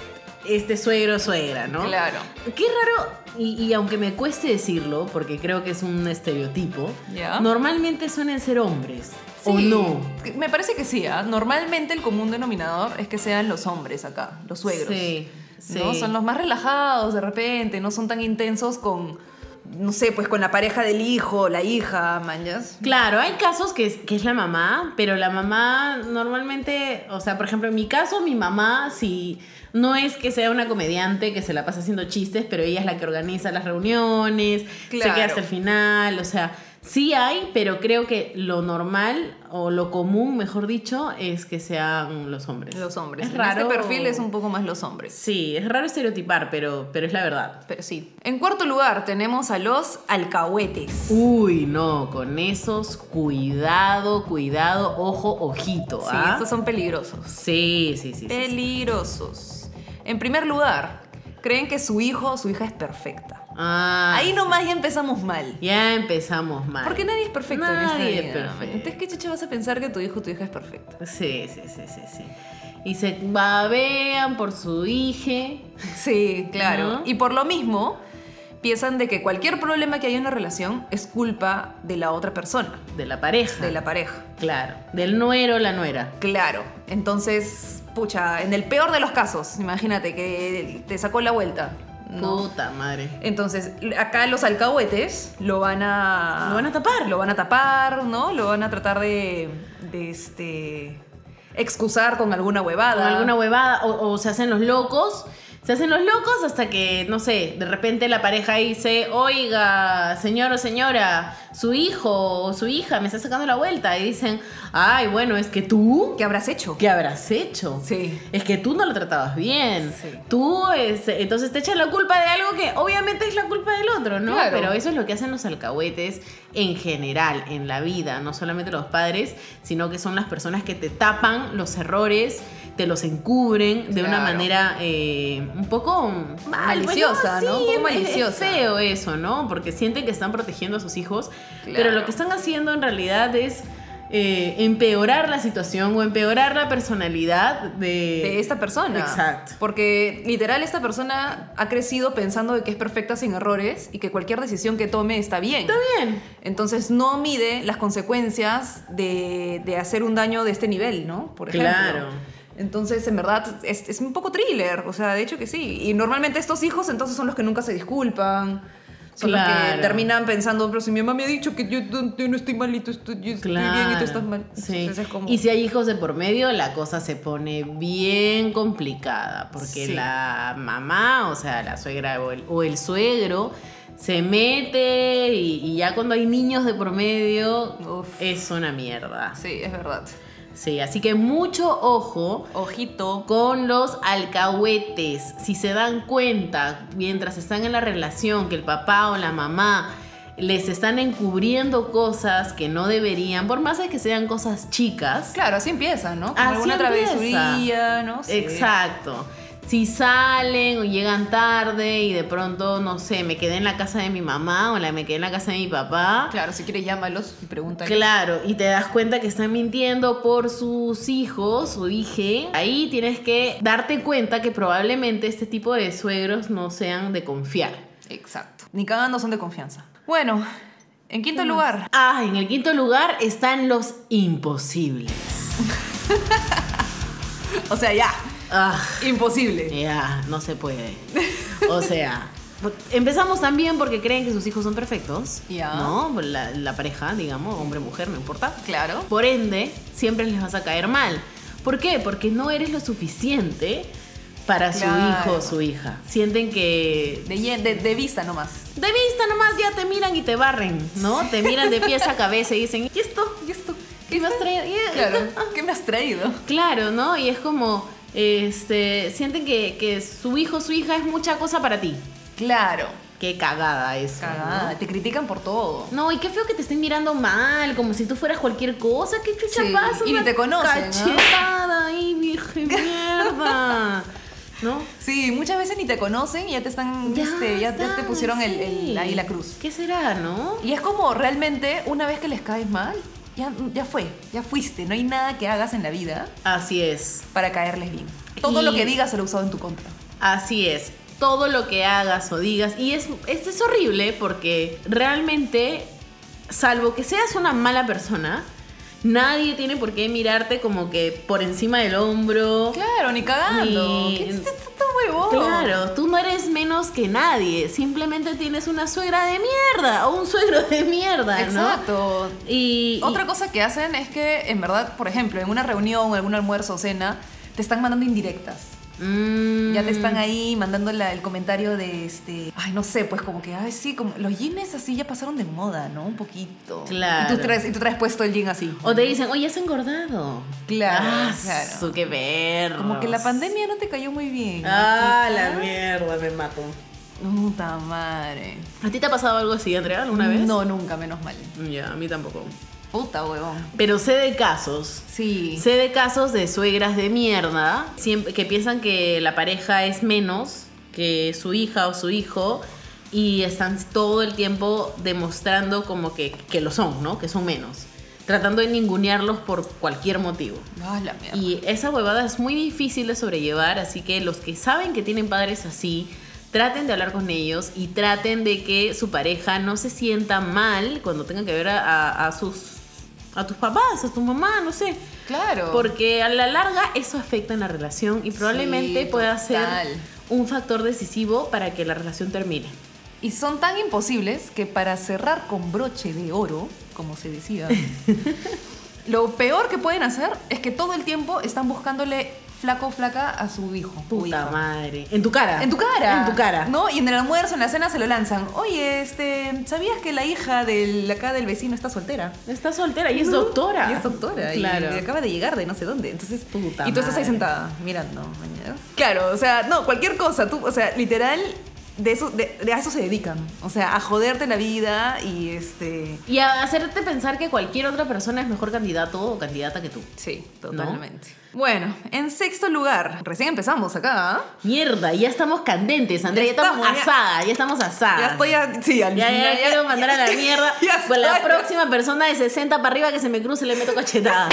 Speaker 3: este suegro o suegra, ¿no?
Speaker 2: Claro.
Speaker 3: Qué raro, y, y aunque me cueste decirlo, porque creo que es un estereotipo,
Speaker 2: Ya.
Speaker 3: normalmente suelen ser hombres, ¿o
Speaker 2: Sí.
Speaker 3: no?
Speaker 2: Me parece que sí, ¿ah? Normalmente el común denominador es que sean los hombres acá, los suegros.
Speaker 3: Sí, sí.
Speaker 2: ¿no? Son los más relajados de repente, no son tan intensos con, no sé, pues con la pareja del hijo, la hija, manjas.
Speaker 3: Claro, hay casos que es, que es la mamá, pero la mamá normalmente, o sea, por ejemplo, en mi caso, mi mamá, si no es que sea una comediante que se la pasa haciendo chistes, pero ella es la que organiza las reuniones, se
Speaker 2: Claro.
Speaker 3: queda hasta el final, o sea, sí hay, pero creo que lo normal o lo común, mejor dicho, es que sean los hombres.
Speaker 2: Los hombres.
Speaker 3: Es
Speaker 2: En
Speaker 3: raro.
Speaker 2: Este perfil es un poco más los hombres.
Speaker 3: Sí, es raro estereotipar, pero, pero es la verdad.
Speaker 2: Pero sí. En cuarto lugar tenemos a los alcahuetes.
Speaker 3: Uy, no, con esos, cuidado, cuidado, ojo, ojito.
Speaker 2: Sí,
Speaker 3: ¿ah?
Speaker 2: estos son peligrosos.
Speaker 3: Sí, sí, sí. sí, sí.
Speaker 2: Peligrosos. En primer lugar, creen que su hijo o su hija es perfecta.
Speaker 3: Ah,
Speaker 2: Ahí nomás ya empezamos mal.
Speaker 3: Ya empezamos mal.
Speaker 2: Porque nadie es perfecto
Speaker 3: Nadie
Speaker 2: en
Speaker 3: es
Speaker 2: esta vida.
Speaker 3: perfecto.
Speaker 2: Entonces, ¿qué chicha vas a pensar que tu hijo o tu hija es perfecta?
Speaker 3: Sí, sí, sí, sí, sí. Y se babean por su hija.
Speaker 2: Sí, claro.
Speaker 3: ¿No?
Speaker 2: Y por lo mismo, piensan de que cualquier problema que haya en la relación es culpa de la otra persona,
Speaker 3: De la pareja.
Speaker 2: de la pareja.
Speaker 3: Claro. Del nuero o la nuera.
Speaker 2: Claro. Entonces, pucha, en el peor de los casos, imagínate que te sacó la vuelta. ¿no?
Speaker 3: Puta madre.
Speaker 2: Entonces, acá los alcahuetes lo van a.
Speaker 3: Lo van a tapar.
Speaker 2: Lo van a tapar, ¿no? Lo van a tratar de. de este. excusar con alguna huevada.
Speaker 3: Con alguna huevada. O, o se hacen los locos. Se hacen los locos hasta que, no sé, de repente la pareja dice, oiga, señor o señora, su hijo o su hija me está sacando la vuelta. Y dicen, ay, bueno, es que tú,
Speaker 2: ¿Qué habrás hecho?
Speaker 3: ¿qué habrás hecho?
Speaker 2: Sí.
Speaker 3: Es que tú no lo tratabas bien.
Speaker 2: Sí.
Speaker 3: Tú, es- entonces te echan la culpa de algo que obviamente es la culpa del otro, ¿no?
Speaker 2: Claro.
Speaker 3: Pero eso es lo que hacen los alcahuetes en general, en la vida, no solamente los padres, sino que son las personas que te tapan los errores, te los encubren de una
Speaker 2: Claro.
Speaker 3: manera eh, un poco mm, mal, pues,
Speaker 2: Maliciosa, ¿no? Un poco
Speaker 3: es- es
Speaker 2: maliciosa.
Speaker 3: feo eso, ¿no? Porque sienten que están protegiendo a sus hijos, pero
Speaker 2: Claro.
Speaker 3: lo que están haciendo en realidad es... eh, empeorar la situación o empeorar la personalidad de,
Speaker 2: De esta persona.
Speaker 3: Eh, Exacto.
Speaker 2: Porque literal esta persona ha crecido pensando de que es perfecta sin errores y que cualquier decisión que tome está bien.
Speaker 3: Está bien.
Speaker 2: Entonces no mide las consecuencias de, de hacer un daño de este nivel, ¿no? Por ejemplo.
Speaker 3: Claro.
Speaker 2: Entonces, en verdad, es, es un poco thriller, o sea, de hecho que sí. Y normalmente estos hijos entonces son los que nunca se disculpan, son los
Speaker 3: Claro.
Speaker 2: que terminan pensando, pero si mi mamá me ha dicho que yo, no- yo no estoy mal y tú estoy, yo estoy bien y tú estás mal.
Speaker 3: Sí.
Speaker 2: Entonces es como...
Speaker 3: Y si hay hijos de por medio, la cosa se pone bien complicada, porque
Speaker 2: Sí.
Speaker 3: la mamá, o sea, la suegra o el, o el suegro, se mete y, y ya cuando hay niños de por medio,
Speaker 2: Uf.
Speaker 3: es una mierda.
Speaker 2: Sí, es verdad.
Speaker 3: Sí, así que mucho ojo
Speaker 2: Ojito.
Speaker 3: con los alcahuetes. Si se dan cuenta mientras están en la relación que el papá o la mamá les están encubriendo cosas que no deberían, por más de que sean cosas chicas.
Speaker 2: Claro, así empieza, ¿no? Con
Speaker 3: Así
Speaker 2: alguna
Speaker 3: empieza.
Speaker 2: travesuría, ¿no? Sí.
Speaker 3: Exacto. Si salen o llegan tarde y de pronto, no sé, me quedé en la casa de mi mamá o la me quedé en la casa de mi papá.
Speaker 2: Claro, si quieres llámalos y pregunta.
Speaker 3: Claro, y te das cuenta que están mintiendo por sus hijos o hija. Ahí tienes que darte cuenta que probablemente este tipo de suegros no sean de confiar.
Speaker 2: Exacto. Ni cagando son de confianza. Bueno, en quinto lugar.
Speaker 3: Ah, en el quinto lugar están los imposibles.
Speaker 2: O sea, ya.
Speaker 3: Ah.
Speaker 2: Imposible.
Speaker 3: Ya, no se puede. O sea, empezamos también porque creen que sus hijos son perfectos.
Speaker 2: Ya.
Speaker 3: ¿No? La, la pareja, digamos, hombre, mujer, no importa.
Speaker 2: Claro.
Speaker 3: Por ende, siempre les vas a caer mal. ¿Por qué? Porque no eres lo suficiente para
Speaker 2: Claro.
Speaker 3: su hijo o su hija. Sienten que
Speaker 2: De, ye- de- de vista nomás.
Speaker 3: de vista nomás ya te miran y te barren, ¿no? Te miran de pies a cabeza y dicen, ¿y esto?
Speaker 2: ¿Y esto?
Speaker 3: ¿Qué me has traído? ¿Y esto?".
Speaker 2: Claro. ¿Qué me has traído?
Speaker 3: Claro, ¿no? Y es como, este, sienten que, que su hijo o su hija es mucha cosa para ti.
Speaker 2: Claro.
Speaker 3: Qué cagada eso.
Speaker 2: Cagada. Te critican por todo.
Speaker 3: No, No, y qué feo que te estén mirando mal, como si tú fueras cualquier cosa. ¿Qué chucha
Speaker 2: Sí,
Speaker 3: pasa?
Speaker 2: y ni
Speaker 3: Una
Speaker 2: te conocen, ¿no?
Speaker 3: Cachetada, ay, virgen mierda. ¿No?
Speaker 2: Sí, muchas veces ni te conocen y ya te están, este, ya, ya te
Speaker 3: está,
Speaker 2: pusieron el, el-
Speaker 3: sí.
Speaker 2: ahí la cruz.
Speaker 3: ¿Qué será, no?
Speaker 2: Y es como realmente una vez que les caes mal, ya, ya fue, ya fuiste. No hay nada que hagas en la vida
Speaker 3: Así es,
Speaker 2: para caerles bien. Todo
Speaker 3: Y-
Speaker 2: lo que digas será usado en tu contra.
Speaker 3: así es. Todo lo que hagas o digas. Y es, es, es horrible porque realmente, salvo que seas una mala persona, nadie tiene por qué mirarte como que por encima del hombro.
Speaker 2: Claro, ni cagando.
Speaker 3: Ni-
Speaker 2: ¿Qué es esto, huevón? Oh.
Speaker 3: Claro, tú no eres menos que nadie, simplemente tienes una suegra de mierda o un suegro de mierda, ¿no?
Speaker 2: Exacto.
Speaker 3: Y, y-
Speaker 2: Otra cosa que hacen es que, en verdad, por ejemplo, en una reunión, algún almuerzo o cena, te están mandando indirectas.
Speaker 3: Mm,
Speaker 2: Ya te están ahí mandando la- el comentario de este. Ay, no sé, pues como que, ay, sí, como. Los jeans así ya pasaron de moda, ¿no? Un poquito.
Speaker 3: Claro.
Speaker 2: Y tú traes, y tú traes puesto el jean así.
Speaker 3: O te dicen, oye, has engordado.
Speaker 2: Claro,
Speaker 3: Ah,
Speaker 2: claro.
Speaker 3: su qué perros.
Speaker 2: Como que la pandemia no te cayó muy bien.
Speaker 3: Ah, la mierda, me mato.
Speaker 2: Puta madre.
Speaker 3: ¿A ti te ha pasado algo así, Andrea, alguna vez?
Speaker 2: Mm, No, nunca, menos mal.
Speaker 3: Ya, a mí tampoco.
Speaker 2: Puta, huevón.
Speaker 3: Pero sé de casos
Speaker 2: Sí.
Speaker 3: Sé de casos de suegras de mierda siempre, que piensan que la pareja es menos que su hija o su hijo y están todo el tiempo demostrando como que, que lo son, ¿no? Que son menos. Tratando de ningunearlos por cualquier motivo.
Speaker 2: Ah, la mierda.
Speaker 3: Y esa huevada es muy difícil de sobrellevar, así que los que saben que tienen padres así, traten de hablar con ellos y traten de que su pareja no se sienta mal cuando tenga que ver a, a- a sus a tus papás, a tu mamá, no sé.
Speaker 2: Claro.
Speaker 3: Porque a la larga eso afecta en la relación y probablemente
Speaker 2: Sí,
Speaker 3: pueda
Speaker 2: total.
Speaker 3: ser un factor decisivo para que la relación termine.
Speaker 2: Y son tan imposibles que para cerrar con broche de oro, como se decía, lo peor que pueden hacer es que todo el tiempo están buscándole flaco o flaca a su hijo. o
Speaker 3: Puta
Speaker 2: hija.
Speaker 3: madre. En tu cara.
Speaker 2: En tu cara.
Speaker 3: En tu cara.
Speaker 2: ¿No? Y en el almuerzo, en la cena se lo lanzan. Oye, este, ¿sabías que la hija del acá del vecino está soltera?
Speaker 3: Está soltera y es doctora.
Speaker 2: Y es doctora.
Speaker 3: Claro.
Speaker 2: Y acaba de llegar de no sé dónde. Entonces,
Speaker 3: Puta
Speaker 2: y tú estás ahí
Speaker 3: madre.
Speaker 2: sentada mirando. mañana. Claro, o sea, no, cualquier cosa. Tú, o sea, literal, de eso, de, de a eso se dedican. O sea, a joderte la vida y este.
Speaker 3: Y a hacerte pensar que cualquier otra persona es mejor candidato o candidata que tú.
Speaker 2: Sí, totalmente. Bueno, en sexto lugar, recién empezamos acá. ¿ah?
Speaker 3: Mierda, ya estamos candentes, Andrea,
Speaker 2: Ya
Speaker 3: ya, estamos
Speaker 2: estamos, ya-
Speaker 3: asada, ya estamos asada.
Speaker 2: Ya estoy a- sí, al
Speaker 3: Ah, Ya, ya,
Speaker 2: final,
Speaker 3: quiero mandar a la mierda.
Speaker 2: ya
Speaker 3: Con la
Speaker 2: estoy.
Speaker 3: próxima persona de 60 para arriba que se me cruce le meto cachetada.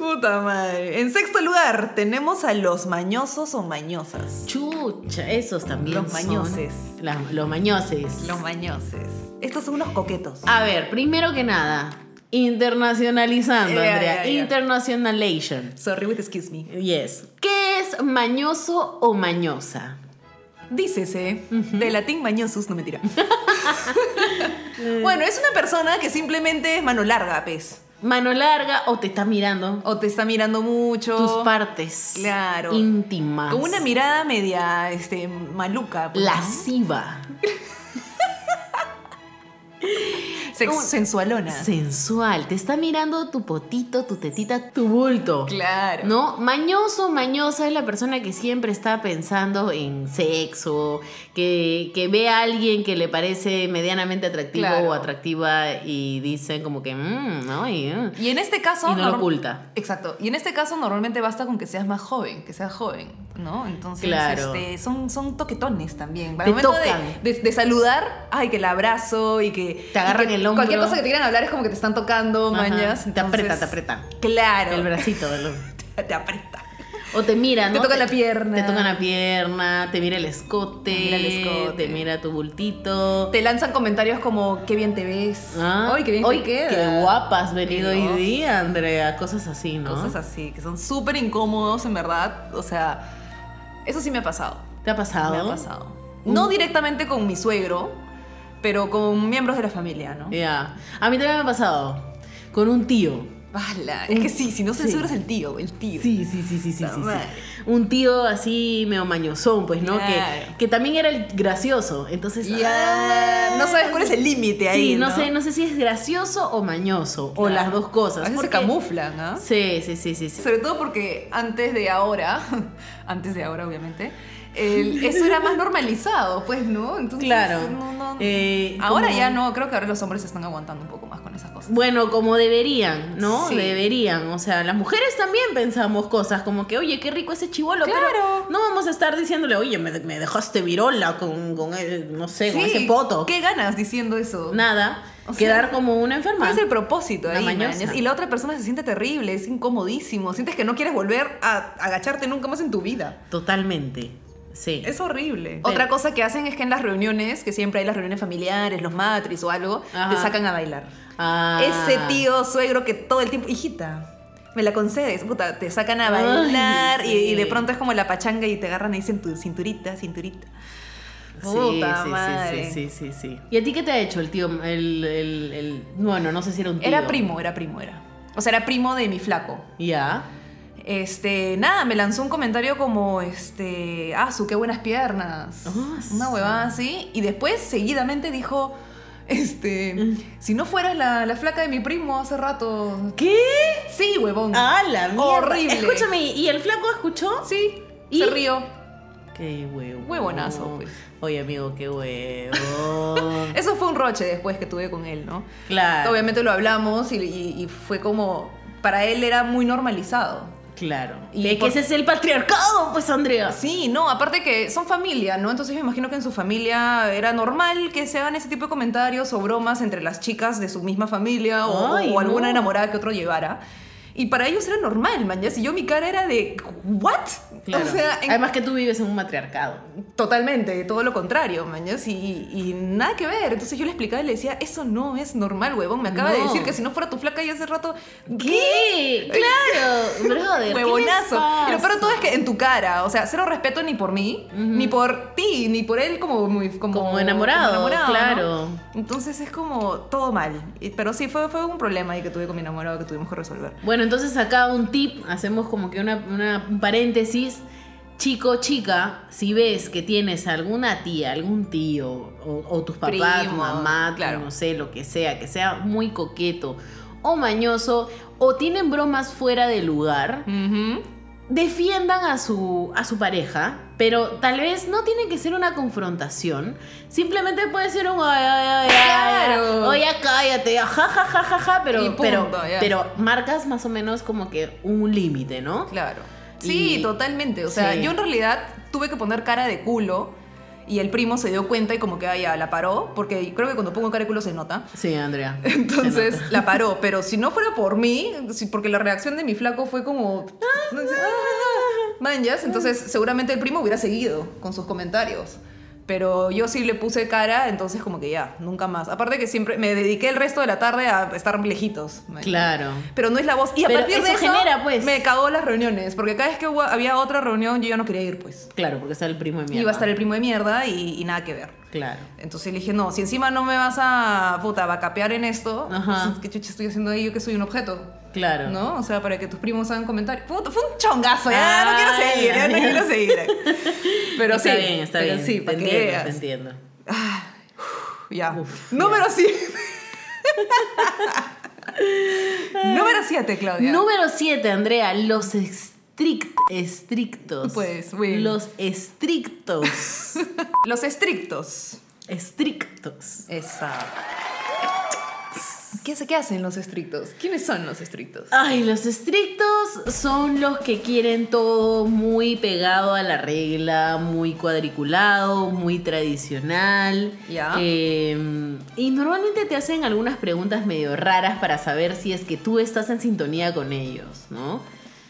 Speaker 2: Puta madre. En sexto lugar, tenemos a los mañosos o mañosas.
Speaker 3: Chucha, esos también
Speaker 2: Los
Speaker 3: son-
Speaker 2: mañoses.
Speaker 3: La- los mañoses.
Speaker 2: Los mañoses. Estos son unos coquetos.
Speaker 3: A ver, primero que nada, internacionalizando,
Speaker 2: Ya,
Speaker 3: Andrea.
Speaker 2: ya, ya.
Speaker 3: Internationalization.
Speaker 2: Sorry with excuse me.
Speaker 3: Yes. ¿Qué es mañoso o mañosa?
Speaker 2: Dícese, de latín mañosus, no mentira. bueno, es una persona que simplemente es mano larga, pez.
Speaker 3: Mano larga o te está mirando
Speaker 2: O te está mirando mucho.
Speaker 3: tus partes
Speaker 2: Claro.
Speaker 3: íntimas.
Speaker 2: Con una mirada media, este, maluca. pues,
Speaker 3: lasciva,
Speaker 2: ¿no? Sex-
Speaker 3: un-
Speaker 2: sensualona.
Speaker 3: sensual, te está mirando tu potito, tu tetita, tu bulto.
Speaker 2: Claro.
Speaker 3: ¿No? Mañoso, mañosa es la persona que siempre está pensando en sexo, que, que ve a alguien que le parece medianamente atractivo
Speaker 2: Claro.
Speaker 3: o atractiva y dicen como que, "Mm, no, y, mm".
Speaker 2: Y en este caso...
Speaker 3: Y no lo
Speaker 2: norm-
Speaker 3: oculta.
Speaker 2: Exacto. Y en este caso normalmente basta con que seas más joven, que seas joven, ¿no? Entonces,
Speaker 3: Claro.
Speaker 2: este, son, son toquetones también. Al
Speaker 3: Te
Speaker 2: momento
Speaker 3: tocan.
Speaker 2: De, de- de saludar, ay, que el abrazo y que...
Speaker 3: Te agarran
Speaker 2: y que
Speaker 3: el hombro.
Speaker 2: Cualquier cosa que te quieran hablar es como que te están tocando,
Speaker 3: Ajá,
Speaker 2: mañas.
Speaker 3: Te aprieta,
Speaker 2: Entonces,
Speaker 3: te aprieta.
Speaker 2: Claro.
Speaker 3: El bracito. el-
Speaker 2: Te aprieta.
Speaker 3: O te mira, ¿no?
Speaker 2: Te toca la pierna.
Speaker 3: Te tocan la pierna, te mira el escote,
Speaker 2: Te mira el escote.
Speaker 3: te mira tu bultito.
Speaker 2: Te lanzan comentarios como, qué bien te ves.
Speaker 3: Ah,
Speaker 2: Ay, qué bien
Speaker 3: hoy,
Speaker 2: te queda.
Speaker 3: Qué guapa has venido hoy
Speaker 2: Dios.
Speaker 3: día, Andrea. Cosas así, ¿no?
Speaker 2: Cosas así, que son súper incómodos, en verdad. O sea, eso sí me ha pasado.
Speaker 3: ¿Te ha pasado?
Speaker 2: Me ha pasado. No directamente con mi suegro, pero con miembros de la familia, ¿no?
Speaker 3: Ya. A mí también me ha pasado. Con un tío.
Speaker 2: Bala, es que sí, si no es el
Speaker 3: Sí.
Speaker 2: suegro es el tío, el tío.
Speaker 3: Sí, sí, sí, sí, sí, sí,
Speaker 2: Puta
Speaker 3: sí.
Speaker 2: madre.
Speaker 3: Un tío así medio mañosón, pues, ¿no?
Speaker 2: Claro.
Speaker 3: Que, que también era el gracioso. Entonces. ah,
Speaker 2: Ya, ah, no sabes cuál es el límite ahí.
Speaker 3: Sí, no, sé, no sé si es gracioso o mañoso. O
Speaker 2: Claro.
Speaker 3: las dos
Speaker 2: A
Speaker 3: cosas.
Speaker 2: veces se
Speaker 3: porque-
Speaker 2: camuflan, ¿ah?
Speaker 3: Sí, sí, sí, sí, sí.
Speaker 2: Sobre todo porque antes de ahora, antes de ahora obviamente, el- eso era más normalizado, pues, ¿no? Entonces,
Speaker 3: Claro.
Speaker 2: no, no-
Speaker 3: Eh,
Speaker 2: ahora
Speaker 3: como-
Speaker 2: ya no, creo que ahora los hombres se están aguantando un poco más con esas cosas.
Speaker 3: Bueno, como deberían, ¿no?
Speaker 2: Sí.
Speaker 3: Deberían. O sea, las mujeres también pensamos cosas como que, oye, qué rico ese chivolo,
Speaker 2: Claro.
Speaker 3: pero no vamos a estar diciéndole, oye, me, me dejaste virola con, con el- no sé, con
Speaker 2: Sí,
Speaker 3: ese poto.
Speaker 2: ¿Qué ganas diciendo eso?
Speaker 3: Nada.
Speaker 2: O sea,
Speaker 3: quedar como
Speaker 2: ¿Cuál
Speaker 3: una enferma.
Speaker 2: es el propósito
Speaker 3: Una
Speaker 2: ahí,
Speaker 3: mañosa.
Speaker 2: mañas? Y Ah. la otra persona se siente terrible, es incomodísimo, sientes que no quieres volver a agacharte nunca más en tu vida.
Speaker 3: Totalmente. Sí.
Speaker 2: Es horrible.
Speaker 3: Pero-
Speaker 2: Otra cosa que hacen es que en las reuniones, que siempre hay las reuniones familiares, los matris o algo, te
Speaker 3: Ajá.
Speaker 2: sacan a bailar.
Speaker 3: Ah.
Speaker 2: Ese tío suegro que todo el tiempo, hijita, me la concedes, puta, te sacan a
Speaker 3: Ay,
Speaker 2: bailar y- y, de
Speaker 3: sí.
Speaker 2: pronto es como la pachanga y te agarran ahí tu cinturita, cinturita.
Speaker 3: Sí,
Speaker 2: Puta
Speaker 3: sí, sí,
Speaker 2: madre.
Speaker 3: sí, sí, sí, sí. ¿Y a ti qué te ha hecho el tío? El, el- el- Bueno, no sé si era un tío.
Speaker 2: Era primo, era primo, era. O sea, era primo de mi flaco.
Speaker 3: Ya.
Speaker 2: Este, nada, me lanzó un comentario como, este, ah, su qué buenas piernas.
Speaker 3: Ah,
Speaker 2: Una
Speaker 3: su.
Speaker 2: huevada así. Y después, seguidamente, dijo,
Speaker 3: Mm.
Speaker 2: este, si no fueras la, la flaca de mi primo hace rato.
Speaker 3: ¿Qué?
Speaker 2: Sí, huevón.
Speaker 3: Ah, la mierda.
Speaker 2: Horrible.
Speaker 3: Escúchame, ¿y el flaco escuchó?
Speaker 2: Sí,
Speaker 3: ¿Y?
Speaker 2: se rió.
Speaker 3: Qué huevo.
Speaker 2: Huevonazo, pues.
Speaker 3: Oye, amigo, qué huevo.
Speaker 2: Eso fue un roche después que tuve con él, ¿no?
Speaker 3: claro.
Speaker 2: Obviamente lo hablamos y, y- y fue como, para él era muy normalizado.
Speaker 3: Claro.
Speaker 2: Y
Speaker 3: Y es
Speaker 2: por-
Speaker 3: que ese es el patriarcado, pues, Andrea.
Speaker 2: Sí, no, aparte que son familia, ¿no? Entonces me imagino que en su familia era normal que se hagan ese tipo de comentarios o bromas entre las chicas de su misma familia o,
Speaker 3: Ay,
Speaker 2: o alguna
Speaker 3: no.
Speaker 2: enamorada que otro llevara. Y para ellos era normal, man. Ya si yo mi cara era de, ¿what?
Speaker 3: Claro.
Speaker 2: O sea, en-
Speaker 3: Además que tú vives en un matriarcado.
Speaker 2: Totalmente, todo lo contrario, mañas, y, y nada que ver. Entonces yo le explicaba y le decía, eso no es normal, huevón. Me acaba de
Speaker 3: No.
Speaker 2: decir que si no fuera tu flaca ya hace rato.
Speaker 3: ¿Qué? Claro, brother. ¿qué les
Speaker 2: Huevonazo.
Speaker 3: pasa?
Speaker 2: Pero pero todo es que en tu cara, o sea, cero respeto ni por mí, ni por ti, ni por él como muy- como,
Speaker 3: Como enamorado, claro.
Speaker 2: ¿no? Entonces es como todo mal. Y- Pero sí fue fue un problema ahí que tuve con mi enamorado que tuvimos que resolver.
Speaker 3: Bueno, entonces acá un tip, hacemos como que una, una- un paréntesis. Chico, chica, si ves que tienes alguna tía, algún tío, o, o tus papás, tu
Speaker 2: Primo,
Speaker 3: mamá, tu
Speaker 2: claro.
Speaker 3: no sé, lo que sea, que sea muy coqueto o mañoso, o tienen bromas fuera de lugar, defiendan a su, a su pareja, pero tal vez no tiene que ser una confrontación. Simplemente puede ser un ay, ay, ay,
Speaker 2: Claro.
Speaker 3: ay, oye, cállate, ya, ja, ja, ja, ja, ja, pero,
Speaker 2: Y punto,
Speaker 3: pero,
Speaker 2: ya.
Speaker 3: pero marcas más o menos como que un límite, ¿no?
Speaker 2: Claro. Sí,
Speaker 3: Y-
Speaker 2: totalmente. O sea,
Speaker 3: sí.
Speaker 2: yo en realidad tuve que poner cara de culo y el primo se dio cuenta y como que ah, ya la paró, porque creo que cuando pongo cara de culo se nota.
Speaker 3: Sí, Andrea.
Speaker 2: Entonces la paró, pero si no fuera por mí, si- porque la reacción de mi flaco fue como... no sé, ah, Manjas, entonces seguramente el primo hubiera seguido con sus comentarios. Pero yo sí le puse cara, entonces como que ya, nunca más. Aparte que siempre me dediqué el resto de la tarde a estar lejitos. man.
Speaker 3: Claro.
Speaker 2: Pero no es la voz. Y a
Speaker 3: Pero
Speaker 2: partir de
Speaker 3: eso
Speaker 2: eso
Speaker 3: genera, pues.
Speaker 2: me cagó las reuniones, porque cada vez que hubo- había otra reunión yo ya no quería ir, pues.
Speaker 3: Claro, porque está el primo de mi
Speaker 2: Iba a estar el primo de mierda y, y nada que ver.
Speaker 3: Claro.
Speaker 2: Entonces le dije, no, si encima no me vas a, puta, vacapear en esto,
Speaker 3: Ajá.
Speaker 2: pues, ¿qué chucha estoy haciendo ahí? Yo que soy un objeto.
Speaker 3: Claro.
Speaker 2: ¿No? O sea, para que tus primos hagan comentarios. Puta, fue un chongazo, ya no quiero
Speaker 3: Ay,
Speaker 2: seguir, ya no
Speaker 3: Dios.
Speaker 2: quiero seguir. Pero
Speaker 3: está
Speaker 2: sí.
Speaker 3: bien, está
Speaker 2: pero
Speaker 3: bien.
Speaker 2: Sí,
Speaker 3: te
Speaker 2: para que
Speaker 3: entiendo,
Speaker 2: veas.
Speaker 3: te entiendo.
Speaker 2: Ya.
Speaker 3: Uf,
Speaker 2: Número 7. Número 7, Claudia.
Speaker 3: Número 7, Andrea, los estric- estrictos.
Speaker 2: Pues, Will.
Speaker 3: Los estrictos.
Speaker 2: Los estrictos.
Speaker 3: estrictos.
Speaker 2: Esa. ¿Qué, hace- ¿Qué hacen los estrictos? ¿Quiénes son los estrictos?
Speaker 3: Ay, los estrictos son los que quieren todo muy pegado a la regla, muy cuadriculado, muy tradicional.
Speaker 2: Ya.
Speaker 3: Eh, y normalmente te hacen algunas preguntas medio raras para saber si es que tú estás en sintonía con ellos, ¿no?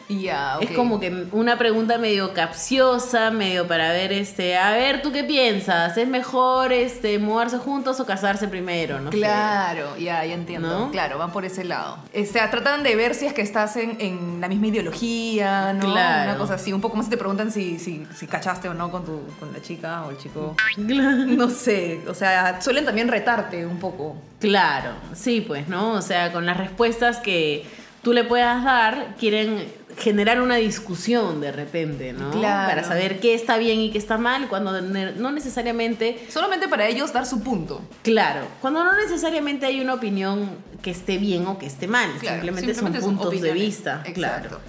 Speaker 2: Ya, Ah, ok.
Speaker 3: Es como que una pregunta medio capciosa, medio para ver, este, a ver, ¿tú qué piensas? ¿Es mejor este, mudarse juntos o casarse primero? No sé.
Speaker 2: Claro, ya, ya entiendo.
Speaker 3: ¿No?
Speaker 2: Claro, van por ese lado. O sea, tratan de ver si es que estás en, en la misma ideología, ¿no?
Speaker 3: Claro.
Speaker 2: Una cosa así. Un poco más te preguntan si, si, si cachaste o no con, tu, con la chica o el chico.
Speaker 3: Claro.
Speaker 2: No sé. O sea, suelen también retarte un poco.
Speaker 3: Claro, sí, pues, ¿no? O sea, con las respuestas que tú le puedas dar, quieren generar una discusión de repente, ¿no?
Speaker 2: Claro.
Speaker 3: Para saber qué está bien y qué está mal, cuando ne- no necesariamente,
Speaker 2: Solamente para ellos dar su punto.
Speaker 3: claro, cuando no necesariamente hay una opinión que esté bien o que esté mal,
Speaker 2: Claro,
Speaker 3: simplemente, son puntos de
Speaker 2: opiniones.
Speaker 3: vista, claro.
Speaker 2: Exacto.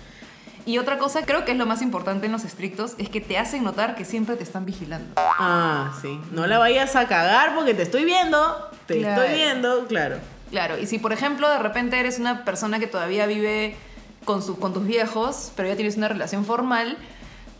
Speaker 2: Y otra cosa, creo que es lo más importante en los estrictos, es que te hacen notar que siempre te están vigilando.
Speaker 3: Ah, sí. No la vayas a cagar porque te estoy viendo, te
Speaker 2: Claro.
Speaker 3: estoy viendo, claro.
Speaker 2: Claro, y si por ejemplo de repente eres una persona que todavía vive con, su, con tus viejos, pero ya tienes una relación formal,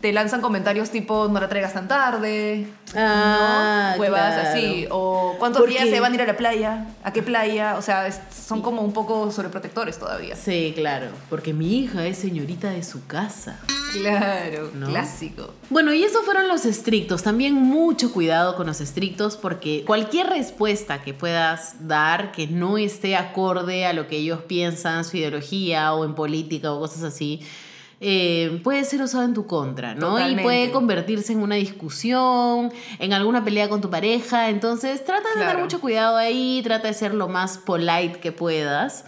Speaker 2: te lanzan comentarios tipo no la traigas tan tarde,
Speaker 3: Ah,
Speaker 2: ¿no? huevas
Speaker 3: claro.
Speaker 2: así, o cuántos
Speaker 3: Porque-
Speaker 2: días se van a ir a la playa, a qué playa, o sea, es- son como un poco sobreprotectores todavía.
Speaker 3: Sí, claro, porque mi hija es señorita de su casa.
Speaker 2: Claro,
Speaker 3: ¿No?
Speaker 2: clásico.
Speaker 3: Bueno, y esos fueron los estrictos. También mucho cuidado con los estrictos porque cualquier respuesta que puedas dar que no esté acorde a lo que ellos piensan, su ideología o en política o cosas así, eh, puede ser usado en tu contra, ¿no?
Speaker 2: Totalmente.
Speaker 3: Y puede convertirse en una discusión, en alguna pelea con tu pareja. Entonces, trata de dar
Speaker 2: Claro.
Speaker 3: mucho cuidado ahí, trata de ser lo más polite que puedas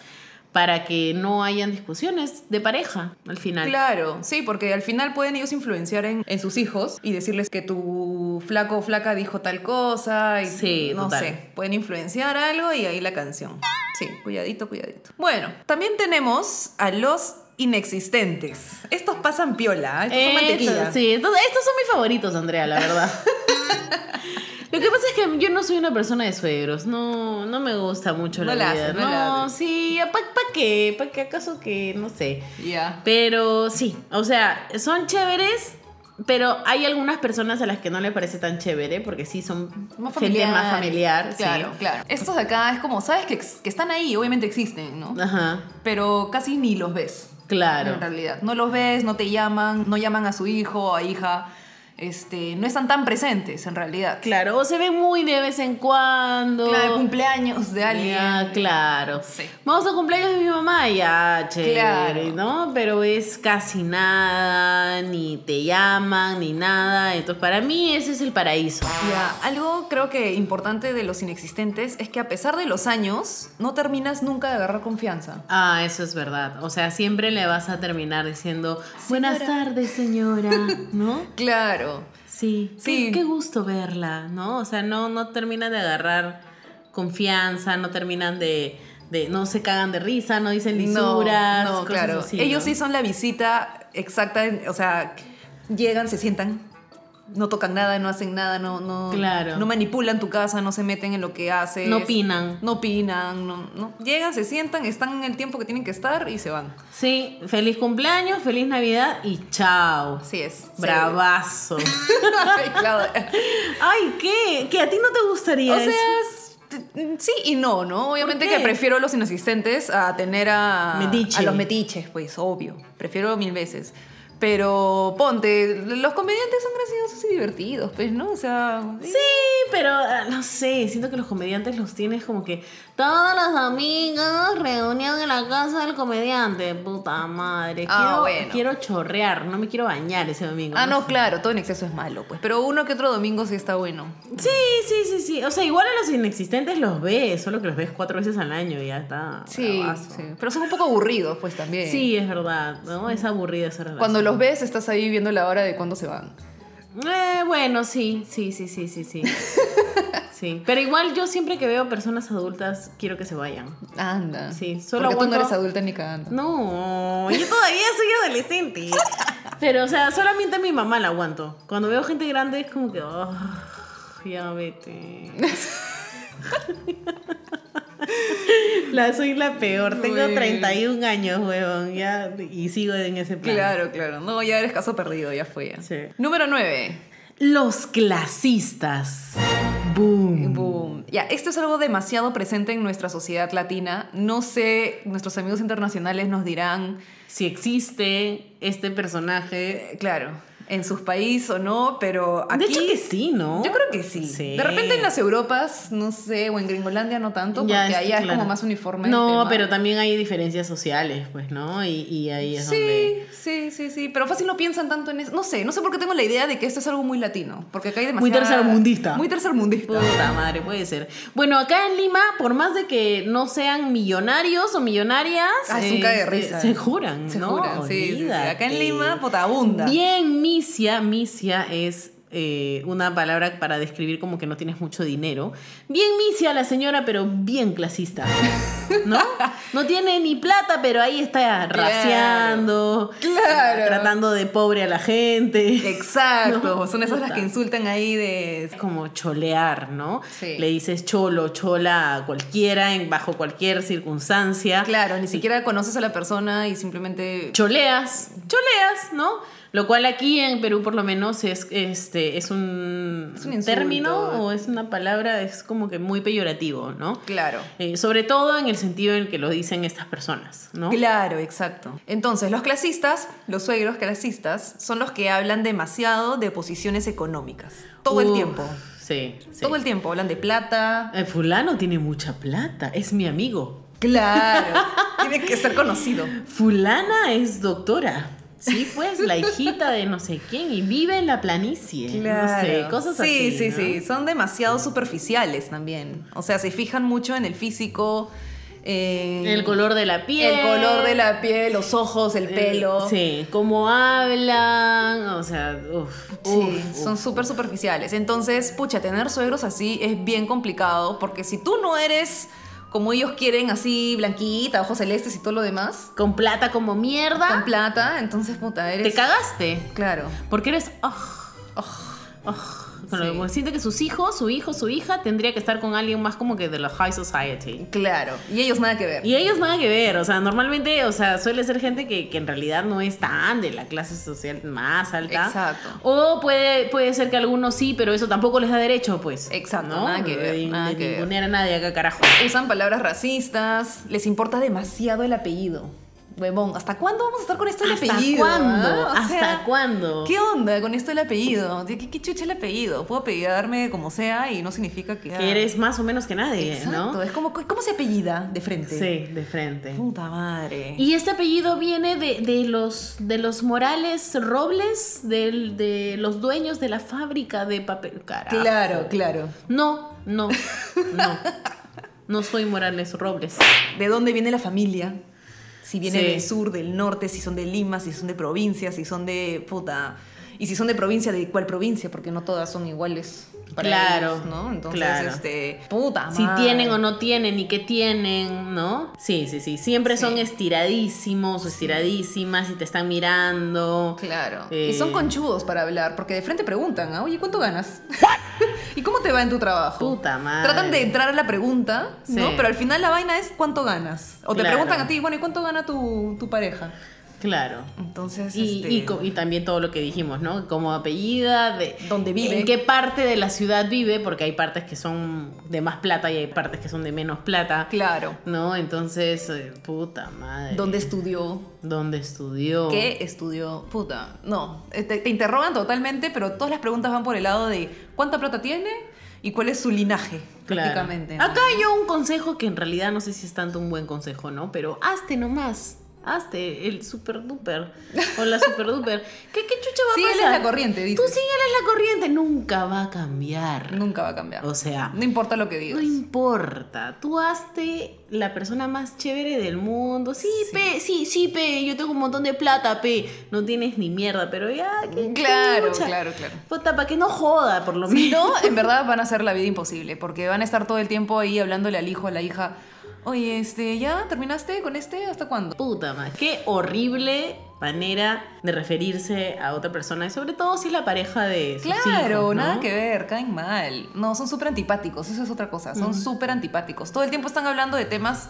Speaker 3: para que no hayan discusiones de pareja al final.
Speaker 2: Claro, sí, porque al final pueden ellos influenciar en, en sus hijos y decirles que tu flaco o flaca dijo tal cosa y
Speaker 3: Sí,
Speaker 2: no
Speaker 3: total.
Speaker 2: sé, pueden influenciar algo y ahí la canción. Sí, cuidadito, cuidadito. Bueno, también tenemos a los inexistentes. Estos pasan piola, ¿ah? estos son mantequilla.
Speaker 3: Estos, sí, estos, estos son mis favoritos, Andrea, la verdad. Lo que pasa es que yo no soy una persona de suegros, no, no me gusta mucho
Speaker 2: No
Speaker 3: la,
Speaker 2: la
Speaker 3: vida.
Speaker 2: haces,
Speaker 3: no,
Speaker 2: no la haces.
Speaker 3: sí, ¿para qué? ¿Para qué acaso que no sé?
Speaker 2: Ya.
Speaker 3: Pero sí, o sea, son chéveres, pero hay algunas personas a las que no les parece tan chévere porque sí son gente más familiar. sí.
Speaker 2: Claro, claro. Estos de acá es como, sabes que, ex- que están ahí, obviamente existen, ¿no?
Speaker 3: Ajá,
Speaker 2: Pero casi ni los ves. En
Speaker 3: claro.
Speaker 2: realidad. No los ves, no te llaman, no llaman a su hijo o a hija. Este, no están tan presentes en realidad.
Speaker 3: Claro, o se ven muy de vez en cuando.
Speaker 2: Claro, cumpleaños de alguien.
Speaker 3: Ah, claro.
Speaker 2: Sí.
Speaker 3: Vamos a cumpleaños de mi mamá, ya, chévere,
Speaker 2: Claro.
Speaker 3: ¿no? Pero es casi nada, ni te llaman, ni nada. Entonces, para mí ese es el paraíso.
Speaker 2: Ya, algo creo que importante de los inexistentes es que a pesar de los años, no terminas nunca de agarrar confianza.
Speaker 3: Ah, eso es verdad. O sea, siempre le vas a terminar diciendo, buenas tardes, señora, ¿no?
Speaker 2: Claro.
Speaker 3: Sí,
Speaker 2: Sí.
Speaker 3: Qué, qué gusto verla, ¿no? O sea, no, no terminan de agarrar confianza, no terminan de, de- no se cagan de risa, no dicen lisuras.
Speaker 2: no,
Speaker 3: cosas
Speaker 2: claro.
Speaker 3: así,
Speaker 2: Ellos
Speaker 3: ¿no?
Speaker 2: sí son la visita exacta, en- o sea, llegan, se sientan, no tocan nada, no hacen nada, no, no,
Speaker 3: Claro.
Speaker 2: no manipulan tu casa, no se meten en lo que haces.
Speaker 3: No opinan.
Speaker 2: No opinan, no, no. Llegan, se sientan, están en el tiempo que tienen que estar y se van.
Speaker 3: Sí, feliz cumpleaños, feliz Navidad y chao.
Speaker 2: Así es.
Speaker 3: Bravazo.
Speaker 2: Claro.
Speaker 3: Ay, ¿qué? ¿Qué a ti no te gustaría?
Speaker 2: O sea,
Speaker 3: eso?
Speaker 2: es- sí y no, ¿no? Obviamente
Speaker 3: qué?
Speaker 2: que prefiero a los inexistentes a tener a,
Speaker 3: Metiche.
Speaker 2: a los metiches, pues, obvio. Prefiero mil veces. Pero ponte, los comediantes son graciosos y divertidos, pues, ¿no? O sea,
Speaker 3: Sí, pero ah, no sé, siento que los comediantes los tienes como que todos los amigos reunión en la casa del comediante. Puta madre.
Speaker 2: Ah,
Speaker 3: quiero,
Speaker 2: bueno.
Speaker 3: quiero chorrear, no me quiero bañar ese domingo.
Speaker 2: Ah, no, claro, todo en exceso es malo, pues. Pero uno que otro domingo sí está bueno.
Speaker 3: Sí, sí, sí, sí. O sea, igual a los inexistentes los ves, solo que los ves cuatro veces al año y ya está.
Speaker 2: Sí,
Speaker 3: bravazo.
Speaker 2: Ah, sí. Pero son un poco aburridos, pues, también.
Speaker 3: Sí, es verdad, ¿no? Es aburrido esa relación.
Speaker 2: Cuando los ves, estás ahí viendo la hora de cuándo se van.
Speaker 3: Eh, bueno, sí, sí, sí, sí, sí, sí. Sí, pero igual yo siempre que veo personas adultas quiero que se vayan.
Speaker 2: Anda.
Speaker 3: Sí, solo
Speaker 2: Porque tú no
Speaker 3: aguanto-
Speaker 2: eres adulta ni cagando.
Speaker 3: No, yo todavía soy adolescente. Pero, o sea, solamente a mi mamá la aguanto. Cuando veo gente grande es como que, oh, ya vete. La soy la peor, tengo
Speaker 2: Bueno.
Speaker 3: 31 años, huevón, ya, y sigo en ese plan.
Speaker 2: Claro, claro. No, ya eres caso perdido, ya fue. ya.
Speaker 3: Sí.
Speaker 2: Número 9.
Speaker 3: Los clasistas. Boom.
Speaker 2: Boom. Ya, esto es algo demasiado presente en nuestra sociedad latina. No sé, nuestros amigos internacionales nos dirán,
Speaker 3: Si existe este personaje.
Speaker 2: eh, claro, en sus países o no, pero aquí...
Speaker 3: de hecho que sí, ¿no?
Speaker 2: Yo creo que sí. De repente en las Europas, no sé, o en Gringolandia no tanto, porque
Speaker 3: Ya,
Speaker 2: allá
Speaker 3: este,
Speaker 2: es
Speaker 3: claro.
Speaker 2: como más uniforme. el
Speaker 3: No,
Speaker 2: tema.
Speaker 3: pero también hay diferencias sociales, pues, ¿no? Y, y ahí es
Speaker 2: Sí,
Speaker 3: donde.
Speaker 2: sí, sí, sí. Pero fácil no piensan tanto en eso. No sé, no sé por qué tengo la idea de que esto es algo muy latino. Porque acá hay demasiado.
Speaker 3: Muy tercermundista. Pues,
Speaker 2: Muy tercermundista.
Speaker 3: Puta madre, puede ser. Bueno, acá en Lima, por más de que no sean millonarios o millonarias,
Speaker 2: Ah, es un
Speaker 3: eh,
Speaker 2: cague de risa.
Speaker 3: Se, se juran,
Speaker 2: Se
Speaker 3: ¿no?
Speaker 2: juran, sí, sí, sí. Acá en
Speaker 3: Olvídate.
Speaker 2: Lima, puta, abunda.
Speaker 3: Bien, misia, misia es eh, una palabra para describir como que no tienes mucho dinero. Bien, misia la señora, pero bien clasista. ¿No? No tiene ni plata, pero ahí está raciando,
Speaker 2: claro.
Speaker 3: tratando de pobre a la gente.
Speaker 2: Exacto.
Speaker 3: No,
Speaker 2: Son esas las
Speaker 3: puta.
Speaker 2: que insultan ahí de.
Speaker 3: Es como cholear, ¿no?
Speaker 2: Sí.
Speaker 3: Le dices cholo, chola a cualquiera, en, bajo cualquier circunstancia.
Speaker 2: Claro, ni siquiera conoces a la persona y simplemente.
Speaker 3: choleas, choleas, ¿no? Lo cual aquí en Perú por lo menos es este es un,
Speaker 2: Es un insulto.
Speaker 3: término o es una palabra es como que muy peyorativo, ¿no?
Speaker 2: Claro.
Speaker 3: Eh, sobre todo en el sentido en el que lo dicen estas personas, ¿no?
Speaker 2: Claro, exacto. Entonces, los clasistas, los suegros clasistas, son los que hablan demasiado de posiciones económicas. Todo el
Speaker 3: Uf,
Speaker 2: tiempo.
Speaker 3: Sí, sí.
Speaker 2: Todo el tiempo. Hablan de plata.
Speaker 3: Eh, fulano tiene mucha plata, es mi amigo.
Speaker 2: Claro. Tiene que ser conocido.
Speaker 3: Fulana es doctora. Sí, pues la hijita de no sé quién y vive en la planicie. No sé, cosas
Speaker 2: sí,
Speaker 3: así.
Speaker 2: Sí,
Speaker 3: ¿no?
Speaker 2: sí, Son demasiado superficiales también. O sea, se fijan mucho en el físico. en
Speaker 3: El color de la piel. Eh,
Speaker 2: El color de la piel, Eh, los ojos, el pelo.
Speaker 3: Sí, cómo hablan, o sea, uff.
Speaker 2: Sí, son súper superficiales. Entonces, pucha, tener suegros así es bien complicado porque si tú no eres como ellos quieren, así blanquita, ojos celestes y todo lo demás,
Speaker 3: Con plata como mierda,
Speaker 2: con plata, entonces, puta, eres...
Speaker 3: te cagaste.
Speaker 2: Claro.
Speaker 3: Porque eres. ah, ah, con lo
Speaker 2: Oh, Sí.
Speaker 3: que siente que sus hijos, su hijo, su hija, tendría que estar con alguien más como que de la high society.
Speaker 2: Claro. Y ellos nada que ver.
Speaker 3: Y ellos nada que ver, o sea, normalmente, o sea, suele ser gente que, que en realidad no es tan de la clase social más alta.
Speaker 2: Exacto.
Speaker 3: O puede, puede ser que algunos sí, pero eso tampoco les da derecho, pues.
Speaker 2: Exacto, nada que ver,
Speaker 3: De-
Speaker 2: nada
Speaker 3: de
Speaker 2: que ver.
Speaker 3: ningunear a nadie acá, carajo.
Speaker 2: Usan palabras racistas, les importa demasiado el apellido. Huevón, ¿hasta cuándo vamos a estar con esto del
Speaker 3: ¿Hasta
Speaker 2: apellido?
Speaker 3: cuándo?
Speaker 2: ah? O
Speaker 3: ¿Hasta
Speaker 2: sea,
Speaker 3: cuándo?
Speaker 2: ¿Qué onda con esto del apellido? ¿De ¿Qué, qué chucha el apellido? Puedo apellidarme como sea y no significa que...
Speaker 3: Que eres más o menos que nadie,
Speaker 2: Exacto,
Speaker 3: Eh,
Speaker 2: este.
Speaker 3: ¿no?
Speaker 2: es como, ¿cómo se apellida de frente?
Speaker 3: Sí, de frente.
Speaker 2: Puta madre.
Speaker 3: Y este apellido viene de, de los, de los Morales Robles, del- de los dueños de la fábrica de papel. Carajo.
Speaker 2: Claro, claro.
Speaker 3: No, no, no. No soy Morales Robles.
Speaker 2: ¿De dónde viene la familia? Si viene
Speaker 3: Sí.
Speaker 2: del sur, del norte, si son de Lima, si son de provincia, si son de puta. Y si son de provincia, ¿de cuál provincia? Porque no todas son iguales. para
Speaker 3: Claro,
Speaker 2: ellos, ¿no? Entonces,
Speaker 3: claro.
Speaker 2: este. Puta
Speaker 3: Si
Speaker 2: madre.
Speaker 3: tienen o no tienen y qué tienen, ¿no? Sí, sí, sí. Siempre
Speaker 2: Sí.
Speaker 3: son estiradísimos o estiradísimas y te están mirando.
Speaker 2: Claro.
Speaker 3: Eh.
Speaker 2: Y son conchudos para hablar, porque de frente preguntan, ¿ah? Oye, ¿cuánto ganas? ¿Y cómo te va en tu trabajo?
Speaker 3: Puta madre.
Speaker 2: Tratan de entrar a la pregunta,
Speaker 3: Sí.
Speaker 2: ¿no? Pero al final la vaina es ¿cuánto ganas? O te
Speaker 3: Claro.
Speaker 2: preguntan a ti, bueno, ¿y cuánto gana tu, tu pareja?
Speaker 3: Claro.
Speaker 2: Entonces,
Speaker 3: Y,
Speaker 2: este,
Speaker 3: y co- y también todo lo que dijimos, ¿no? Como apellida, de
Speaker 2: ¿Dónde vive?
Speaker 3: en qué parte de la ciudad vive, porque hay partes que son de más plata y hay partes que son de menos plata,
Speaker 2: Claro.
Speaker 3: ¿no? Entonces, eh, puta madre.
Speaker 2: ¿Dónde estudió?
Speaker 3: ¿Dónde estudió?
Speaker 2: ¿Qué estudió? Puta, no. Te, te interrogan totalmente, pero todas las preguntas van por el lado de ¿cuánta plata tiene? ¿Y cuál es su linaje?
Speaker 3: Claro. Ah,
Speaker 2: Prácticamente.
Speaker 3: Acá hay yo un consejo que en realidad no sé si es tanto un buen consejo, ¿no? Pero hazte nomás. Hazte el super duper o la super duper. ¿Qué, qué chucha va a
Speaker 2: Síguele
Speaker 3: pasar?
Speaker 2: la corriente, dice.
Speaker 3: Tú sígueles la corriente, nunca va a cambiar.
Speaker 2: Nunca va a cambiar.
Speaker 3: O sea,
Speaker 2: no importa lo que digas.
Speaker 3: No importa, tú hazte la persona más chévere del mundo. Sí,
Speaker 2: Sí.
Speaker 3: pe, sí, sí, pe, yo tengo un montón de plata, pe. No tienes ni mierda, pero ya, qué
Speaker 2: Claro,
Speaker 3: chucha.
Speaker 2: claro, claro.
Speaker 3: Puta, para que no joda, por lo
Speaker 2: Si
Speaker 3: menos.
Speaker 2: no, en verdad van a hacer la vida imposible, porque van a estar todo el tiempo ahí hablándole al hijo, a la hija. Oye, este, ¿ya terminaste con este? ¿Hasta cuándo?
Speaker 3: Puta madre, qué horrible manera de referirse a otra persona, y sobre todo si es la pareja de sus
Speaker 2: Claro,
Speaker 3: hijos, ¿no?
Speaker 2: nada que ver, caen mal. No, son súper antipáticos, eso es otra cosa, son súper antipáticos. Todo el tiempo están hablando de temas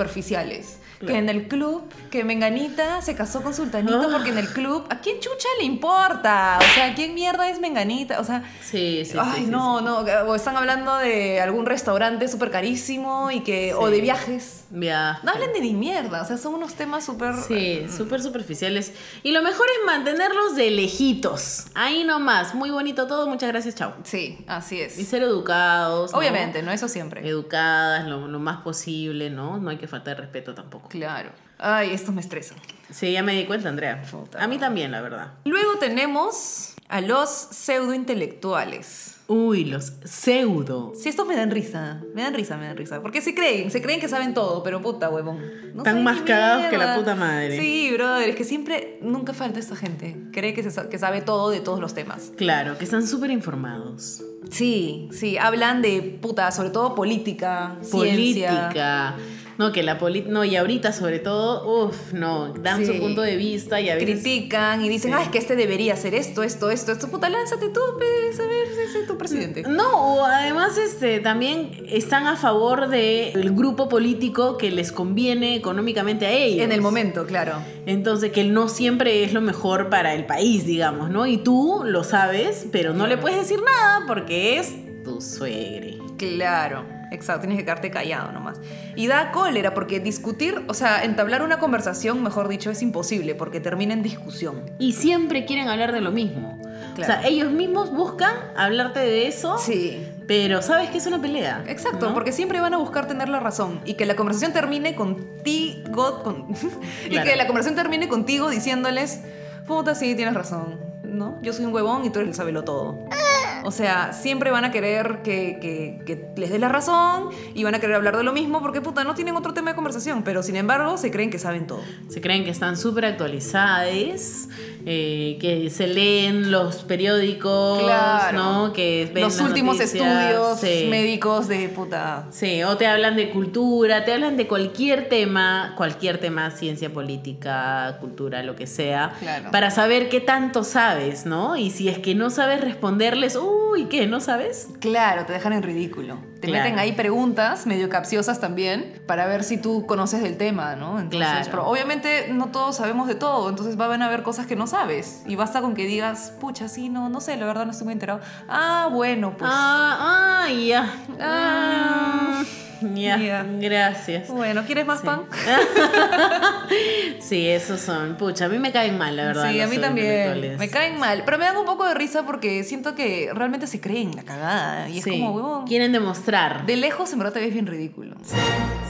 Speaker 2: superficiales. Que
Speaker 3: Claro.
Speaker 2: en el club, que Menganita se casó con Sultanito
Speaker 3: Ah.
Speaker 2: porque en el club, ¿a quién chucha le importa? O sea, ¿a quién mierda es Menganita? O sea,
Speaker 3: Sí, sí, sí,
Speaker 2: ay,
Speaker 3: sí,
Speaker 2: no, no, o están hablando de algún restaurante súper carísimo y que, o
Speaker 3: Sí.
Speaker 2: de viajes.
Speaker 3: sí. Viaje.
Speaker 2: No hablen de ni mierda, o sea, son unos temas súper... eh,
Speaker 3: Sí, súper superficiales. Y lo mejor es mantenerlos de lejitos. Ahí nomás. Muy bonito todo. Muchas gracias, chao.
Speaker 2: Sí, así
Speaker 3: Y
Speaker 2: es.
Speaker 3: ser educados. ¿no?
Speaker 2: Obviamente, ¿no? Eso siempre.
Speaker 3: Educadas, lo, lo más posible, ¿no? No hay que faltar respeto tampoco.
Speaker 2: Claro. Ay, estos me estresan.
Speaker 3: Sí, ya me di cuenta, Andrea.
Speaker 2: Puta.
Speaker 3: A mí también, la verdad.
Speaker 2: Luego tenemos a los pseudointelectuales.
Speaker 3: Uy, los pseudo.
Speaker 2: Sí, estos me dan risa, me dan risa, me dan risa. Porque se creen, se creen que saben todo, pero puta, huevón. No
Speaker 3: Tan
Speaker 2: saben
Speaker 3: más
Speaker 2: ni
Speaker 3: cagados que la
Speaker 2: mierda.
Speaker 3: puta madre.
Speaker 2: Sí, brother, es que siempre, nunca falta esta gente. Cree que, se sa- que sabe todo de todos los temas.
Speaker 3: Claro, que están súper informados.
Speaker 2: Sí, sí, hablan de puta, sobre todo política, ciencia.
Speaker 3: Política. No, que la política. No, y ahorita sobre todo, uff, no. Dan
Speaker 2: Sí.
Speaker 3: su punto de vista y a veces.
Speaker 2: Critican y dicen,
Speaker 3: Sí.
Speaker 2: ah, es que este debería hacer esto, esto, esto, esto. Puta, lánzate tú, pues, a ver, sé, sé tu presidente.
Speaker 3: Mm, No, o además este, también están a favor del grupo político que les conviene económicamente a ellos.
Speaker 2: En el momento, claro.
Speaker 3: Entonces, que no siempre es lo mejor para el país, digamos, ¿no? Y tú lo sabes, pero no le puedes decir nada porque es tu suegre.
Speaker 2: Claro, exacto, tienes que quedarte callado nomás. Y da cólera porque discutir, o sea, entablar una conversación, mejor dicho, es imposible porque termina en discusión.
Speaker 3: Y siempre quieren hablar de lo mismo. O
Speaker 2: Claro.
Speaker 3: sea, ellos mismos buscan hablarte de eso,
Speaker 2: Sí.
Speaker 3: pero sabes que es una pelea.
Speaker 2: Exacto,
Speaker 3: ¿no?
Speaker 2: porque siempre van a buscar tener la razón y que la conversación termine contigo con- y
Speaker 3: Claro.
Speaker 2: que la conversación termine contigo diciéndoles, puta, sí, tienes razón, ¿no? Yo soy un huevón y tú eres el sabelo todo. O sea, siempre van a querer que, que- que les des la razón y van a querer hablar de lo mismo porque, puta, no tienen otro tema de conversación, pero sin embargo se creen que saben todo.
Speaker 3: Se creen que están súper actualizadas, eh, que se leen los periódicos,
Speaker 2: Claro.
Speaker 3: ¿no? Que ven
Speaker 2: los
Speaker 3: las
Speaker 2: últimos
Speaker 3: noticias,
Speaker 2: estudios
Speaker 3: sí.
Speaker 2: médicos de puta.
Speaker 3: Sí, o te hablan de cultura, te hablan de cualquier tema, cualquier tema, ciencia política, cultura, lo que sea,
Speaker 2: Claro.
Speaker 3: para saber qué tanto sabes, ¿no? Y si es que no sabes responderles, uy, ¿qué? ¿No sabes?
Speaker 2: Claro, te dejan en ridículo. Te
Speaker 3: Claro.
Speaker 2: meten ahí preguntas medio capciosas también para ver si tú conoces del tema, ¿no? Entonces,
Speaker 3: Claro.
Speaker 2: pero obviamente no todos sabemos de todo, entonces van a haber cosas que no sabes. Y basta con que digas, pucha, sí, no, no sé, la verdad no estoy muy enterado. Ah, bueno, pues.
Speaker 3: Ah, ah, ya.
Speaker 2: Ah.
Speaker 3: Mm, ya,
Speaker 2: Ya.
Speaker 3: gracias.
Speaker 2: Bueno, ¿quieres más
Speaker 3: Sí.
Speaker 2: pan?
Speaker 3: Sí, esos son. Pucha, a mí me caen mal, la verdad.
Speaker 2: sí,
Speaker 3: los
Speaker 2: a mí también.
Speaker 3: intelectuales.
Speaker 2: Me caen mal, pero me dan un poco de risa porque siento que realmente se creen la cagada. Y es
Speaker 3: Sí,
Speaker 2: como, huevón.
Speaker 3: Quieren demostrar.
Speaker 2: De lejos en verdad te ves bien ridículo.
Speaker 3: Sí,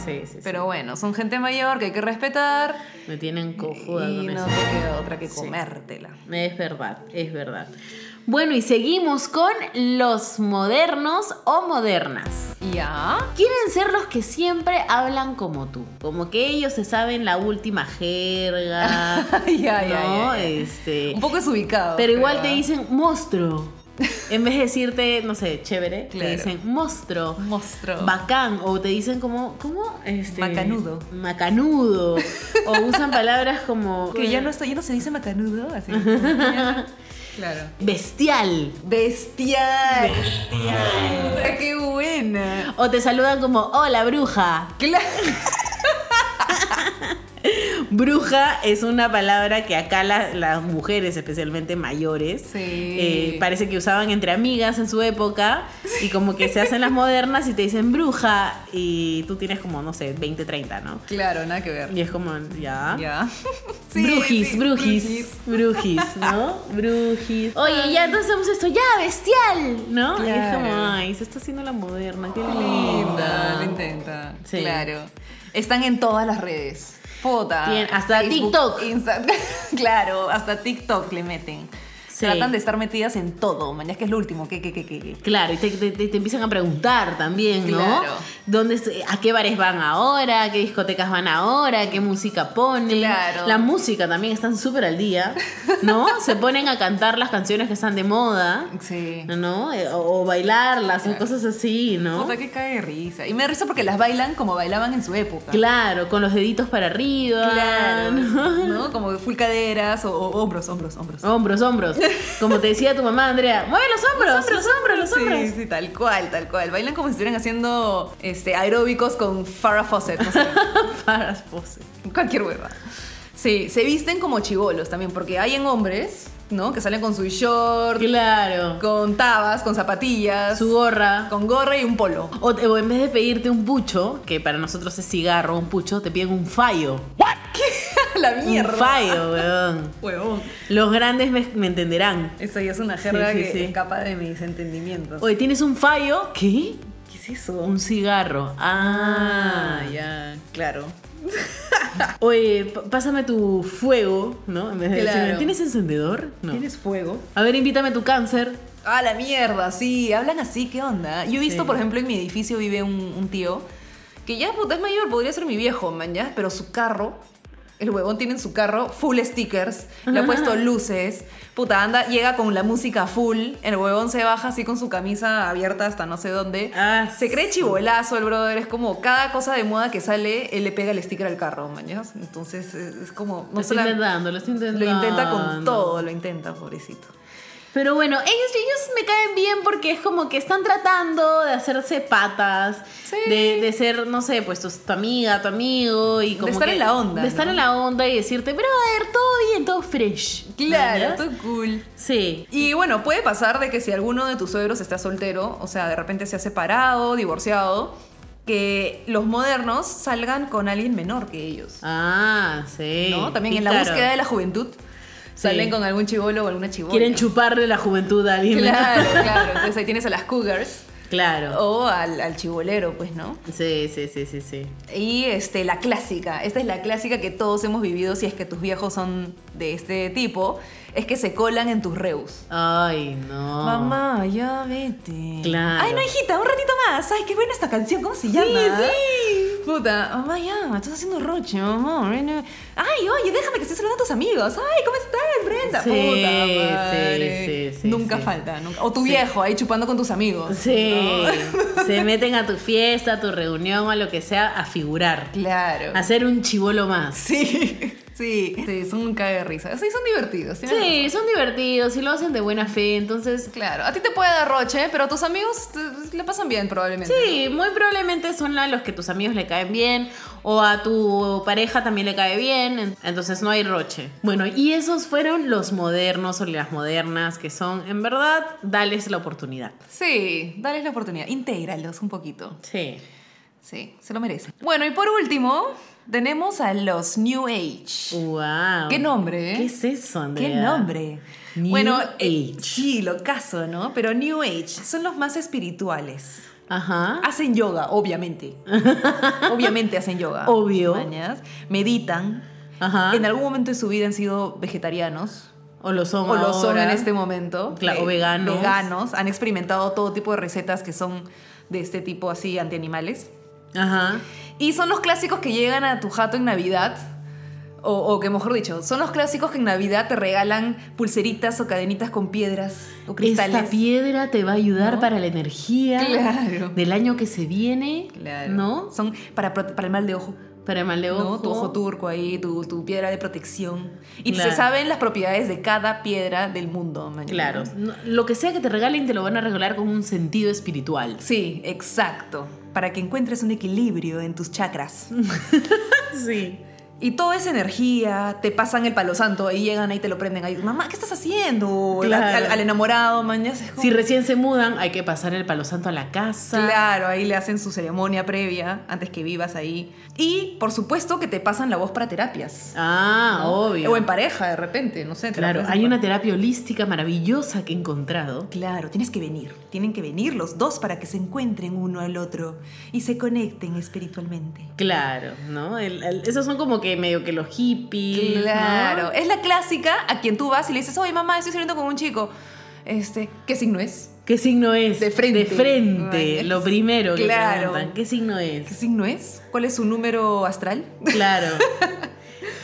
Speaker 3: sí, sí.
Speaker 2: Pero bueno, son gente mayor que hay que respetar.
Speaker 3: me tienen cojuda
Speaker 2: y
Speaker 3: con
Speaker 2: no
Speaker 3: eso.
Speaker 2: te queda otra que
Speaker 3: Sí.
Speaker 2: comértela.
Speaker 3: Es verdad, es verdad. Bueno, y seguimos con los modernos o modernas.
Speaker 2: ¿Ya?
Speaker 3: Quieren ser los que siempre hablan como tú, como que ellos se saben la última jerga,
Speaker 2: Ya, ya,
Speaker 3: ¿no?
Speaker 2: ya, ya.
Speaker 3: Este,
Speaker 2: Eh, Un poco desubicado.
Speaker 3: pero igual te
Speaker 2: ¿ah?
Speaker 3: dicen monstruo. En vez de decirte, no sé, chévere,
Speaker 2: Claro.
Speaker 3: te dicen monstruo.
Speaker 2: monstruo.
Speaker 3: Bacán, o te dicen como, ¿cómo? Este,
Speaker 2: Macanudo.
Speaker 3: Macanudo. O usan palabras como.
Speaker 2: que ya no, está- ya no se dice macanudo, así. claro.
Speaker 3: Bestial.
Speaker 2: Bestial. Bestial. ¡Qué buena!
Speaker 3: O te saludan como, hola bruja.
Speaker 2: Claro.
Speaker 3: Bruja es una palabra que acá la- las mujeres, especialmente mayores,
Speaker 2: Sí.
Speaker 3: eh, parece que usaban entre amigas en su época y como que se hacen las modernas y te dicen bruja y tú tienes como, no sé, 20, 30, ¿no?
Speaker 2: Claro, nada que ver.
Speaker 3: Y es como, ya.
Speaker 2: Ya.
Speaker 3: brujis,
Speaker 2: sí,
Speaker 3: brujis, brujis, ¿no? Brujis. Oye, ya entonces hacemos esto, ya, bestial, ¿no? Y es
Speaker 2: Claro.
Speaker 3: como, ay, se está haciendo la moderna, qué
Speaker 2: Linda,
Speaker 3: linda.
Speaker 2: lo intenta.
Speaker 3: Ah. Sí.
Speaker 2: Claro. Están en todas las redes. Puta.
Speaker 3: Tien- hasta TikTok.
Speaker 2: Insta- claro, hasta TikTok le meten.
Speaker 3: Sí.
Speaker 2: Tratan de estar metidas en todo, man, es que es lo último, que, que, que, que. que.
Speaker 3: Claro, y te, te- te- te empiezan a preguntar también, ¿no?
Speaker 2: Claro.
Speaker 3: ¿Dónde, se- ¿A qué bares van ahora? ¿A qué discotecas van ahora? ¿Qué música ponen?
Speaker 2: Claro.
Speaker 3: La música también están súper al día, ¿no? se ponen a cantar las canciones que están de moda,
Speaker 2: Sí.
Speaker 3: ¿no? Eh, O, o bailarlas o
Speaker 2: Claro.
Speaker 3: cosas así, ¿no?
Speaker 2: Puta que cae de risa. Y me da risa porque las bailan como bailaban en su época.
Speaker 3: Claro, con los deditos para arriba.
Speaker 2: Claro,
Speaker 3: ¿no?
Speaker 2: ¿no? Como full caderas o, o hombros, hombros, hombros.
Speaker 3: Hombros, hombros. Como te decía tu mamá, Andrea, mueve los hombros, los hombros, los hombros.
Speaker 2: Sí, sí, tal cual, tal cual. Bailan como si estuvieran haciendo este, aeróbicos con Farrah Fawcett, no sé.
Speaker 3: Para las poses.
Speaker 2: cualquier hueva. Sí, se visten como chivolos también, porque hay en hombres, ¿no? Que salen con su short,
Speaker 3: Claro.
Speaker 2: con tabas, con zapatillas,
Speaker 3: Su gorra.
Speaker 2: con gorra y un polo.
Speaker 3: O, te- o en vez de pedirte un pucho, que para nosotros es cigarro, un pucho, te piden un fallo.
Speaker 2: La
Speaker 3: Un
Speaker 2: mierda.
Speaker 3: fallo, weón.
Speaker 2: Huevón.
Speaker 3: Los grandes me, me entenderán.
Speaker 2: Eso ya es una
Speaker 3: Sí,
Speaker 2: jerga
Speaker 3: sí,
Speaker 2: que
Speaker 3: sí.
Speaker 2: escapa de mis entendimientos.
Speaker 3: Oye, ¿tienes un fallo? ¿Qué?
Speaker 2: ¿Qué es eso?
Speaker 3: Un cigarro. Ah, ya.
Speaker 2: claro.
Speaker 3: Oye, p- pásame tu fuego, ¿no? En vez de
Speaker 2: Claro.
Speaker 3: decirme, ¿tienes encendedor? No.
Speaker 2: ¿Tienes fuego?
Speaker 3: A ver, invítame tu cáncer.
Speaker 2: Ah, la mierda, sí, hablan así, ¿qué onda? Yo he visto,
Speaker 3: Sí.
Speaker 2: por ejemplo, en mi edificio vive un, un tío que ya puta, es mayor, podría ser mi viejo, man, ya, pero su carro, el huevón tiene en su carro full stickers, le ha puesto luces, puta, anda, llega con la música full, el huevón se baja así con su camisa abierta hasta no sé dónde.
Speaker 3: Ah,
Speaker 2: Se cree chivolazo el brother, es como cada cosa de moda que sale, él le pega el sticker al carro, man, ya. Entonces es, es como...
Speaker 3: lo estoy
Speaker 2: sola-
Speaker 3: intentando, lo estoy intentando.
Speaker 2: lo intenta con todo, lo intenta, pobrecito.
Speaker 3: Pero bueno, ellos, ellos me caen bien porque es como que están tratando de hacerse patas,
Speaker 2: Sí.
Speaker 3: de, de ser, no sé, pues tu, tu amiga, tu amigo y como
Speaker 2: estar
Speaker 3: que-
Speaker 2: en la onda,
Speaker 3: De estar
Speaker 2: ¿no?
Speaker 3: en la onda y decirte, brother, todo bien, todo fresh.
Speaker 2: Claro,
Speaker 3: ¿Entiendes?
Speaker 2: todo cool.
Speaker 3: Sí.
Speaker 2: Y bueno, puede pasar de que si alguno de tus suegros está soltero, o sea, de repente se ha separado, divorciado, que los modernos salgan con alguien menor que ellos.
Speaker 3: Ah, sí.
Speaker 2: ¿No? También en la
Speaker 3: Pícaro.
Speaker 2: búsqueda de la juventud salen
Speaker 3: Sí.
Speaker 2: con algún chivolo o alguna chivola.
Speaker 3: Quieren chuparle la juventud a alguien.
Speaker 2: Claro, claro. Entonces ahí tienes a las cougars
Speaker 3: Claro.
Speaker 2: o al, al chivolero, pues, ¿no?
Speaker 3: Sí, sí, sí, sí, sí.
Speaker 2: Y este, la clásica, esta es la clásica que todos hemos vivido si es que tus viejos son de este tipo, es que se colan en tus reus.
Speaker 3: Ay, no.
Speaker 2: Mamá, ya vete.
Speaker 3: Ah. Claro.
Speaker 2: Ay, no, hijita, un ratito más. Ay, qué buena esta canción. ¿Cómo se llama? Sí, sí. Puta, mamá, ya, estás haciendo roche, mamá. ven, eh. Ay, oye, déjame que estés saludando a tus amigos. Ay, ¿cómo estás, Brenda?
Speaker 3: Sí, sí,
Speaker 2: Puta madre.
Speaker 3: sí, sí,
Speaker 2: Nunca
Speaker 3: sí.
Speaker 2: falta. nunca- O tu
Speaker 3: Sí.
Speaker 2: viejo ahí chupando con tus amigos.
Speaker 3: Sí.
Speaker 2: ¿no?
Speaker 3: Se meten a tu fiesta, a tu reunión, a lo que sea, a figurar.
Speaker 2: Claro.
Speaker 3: Hacer un chivolo más.
Speaker 2: Sí, sí. Sí, son un cague de risa. Sí, son divertidos. tienes razón.
Speaker 3: Sí, son divertidos y lo hacen de buena fe, entonces...
Speaker 2: Claro, a ti te puede dar roche, pero a tus amigos eh, le pasan bien probablemente.
Speaker 3: Sí, muy probablemente son a los que tus amigos le caen bien o a tu pareja también le cae bien, entonces no hay roche. Bueno, y esos fueron los modernos o las modernas que son, en verdad, dales la oportunidad.
Speaker 2: Sí, dales la oportunidad, intégralos un poquito.
Speaker 3: Sí.
Speaker 2: Sí, se lo merecen. Bueno, y por último, tenemos a los New Age.
Speaker 3: Wow.
Speaker 2: ¿Qué nombre? eh?
Speaker 3: ¿Qué es eso, Andrea?
Speaker 2: ¿Qué nombre?
Speaker 3: New
Speaker 2: bueno, eh,
Speaker 3: Age.
Speaker 2: sí, lo caso, ¿no? Pero New Age son los más espirituales.
Speaker 3: Ajá.
Speaker 2: Hacen yoga, obviamente. obviamente hacen yoga.
Speaker 3: Obvio. Ah.
Speaker 2: Mañas. Meditan.
Speaker 3: Ajá.
Speaker 2: En algún momento de su vida han sido vegetarianos.
Speaker 3: O lo son
Speaker 2: o lo son
Speaker 3: ahora.
Speaker 2: en este momento.
Speaker 3: Claro,
Speaker 2: Eh,
Speaker 3: o veganos.
Speaker 2: Veganos. Han experimentado todo tipo de recetas que son de este tipo así antianimales.
Speaker 3: Ajá.
Speaker 2: Y son los clásicos que llegan a tu jato en Navidad. O, o que mejor dicho, son los clásicos que en Navidad te regalan pulseritas o cadenitas con piedras o cristales.
Speaker 3: Esta piedra te va a ayudar
Speaker 2: ¿No?
Speaker 3: para la energía
Speaker 2: Claro.
Speaker 3: del año que se viene,
Speaker 2: Claro.
Speaker 3: ¿no?
Speaker 2: Son para, prote- para el mal de ojo.
Speaker 3: Para el mal de
Speaker 2: ¿no?
Speaker 3: ojo.
Speaker 2: Tu ojo turco ahí, tu, tu piedra de protección. Y
Speaker 3: Claro.
Speaker 2: se saben las propiedades de cada piedra del mundo. man.
Speaker 3: Claro. No, lo que sea que te regalen te lo van a regalar con un sentido espiritual.
Speaker 2: Sí, exacto. Para que encuentres un equilibrio en tus chakras.
Speaker 3: Sí.
Speaker 2: Y toda esa energía, te pasan el palo santo, ahí llegan, ahí te lo prenden, ahí, mamá, ¿qué estás haciendo?
Speaker 3: Claro.
Speaker 2: Al, al enamorado, mañana es como-
Speaker 3: Si recién se mudan, hay que pasar el palo santo a la casa.
Speaker 2: Claro, ahí le hacen su ceremonia previa, antes que vivas ahí. Y, por supuesto, que te pasan la voz para terapias.
Speaker 3: Ah,
Speaker 2: ¿no?
Speaker 3: obvio.
Speaker 2: O en pareja, de repente, no sé. te la
Speaker 3: Claro,
Speaker 2: puedes
Speaker 3: hay una
Speaker 2: encontrar.
Speaker 3: terapia holística maravillosa que he encontrado.
Speaker 2: Claro, tienes que venir. Tienen que venir los dos para que se encuentren uno al otro y se conecten espiritualmente.
Speaker 3: Claro, ¿no? El- el- esos son como que medio que los hippies. ¿no?
Speaker 2: Claro. Es la clásica a quien tú vas y le dices, oye mamá, estoy saliendo con un chico. Este, ¿qué signo es?
Speaker 3: ¿Qué signo es?
Speaker 2: De frente.
Speaker 3: De frente,
Speaker 2: Ay,
Speaker 3: lo primero que
Speaker 2: claro.
Speaker 3: preguntan. ¿Qué signo es?
Speaker 2: ¿Qué signo es? ¿Cuál es su número astral?
Speaker 3: Claro.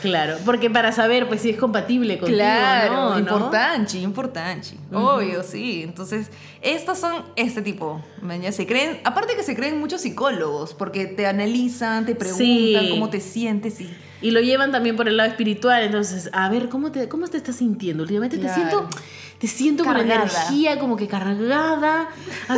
Speaker 3: claro. Porque para saber, pues, si es compatible contigo o no, ¿no?
Speaker 2: importante, importante. Obvio, sí. Entonces, estas son este tipo. man, Ya se creen, aparte que se creen muchos psicólogos, porque te analizan, te preguntan
Speaker 3: Sí.
Speaker 2: cómo te sientes y.
Speaker 3: Y lo llevan también por el lado espiritual. Entonces, a ver, ¿cómo te, cómo te estás sintiendo? Últimamente te
Speaker 2: Claro.
Speaker 3: siento, te siento con
Speaker 2: Cargada.
Speaker 3: energía, como que cargada. A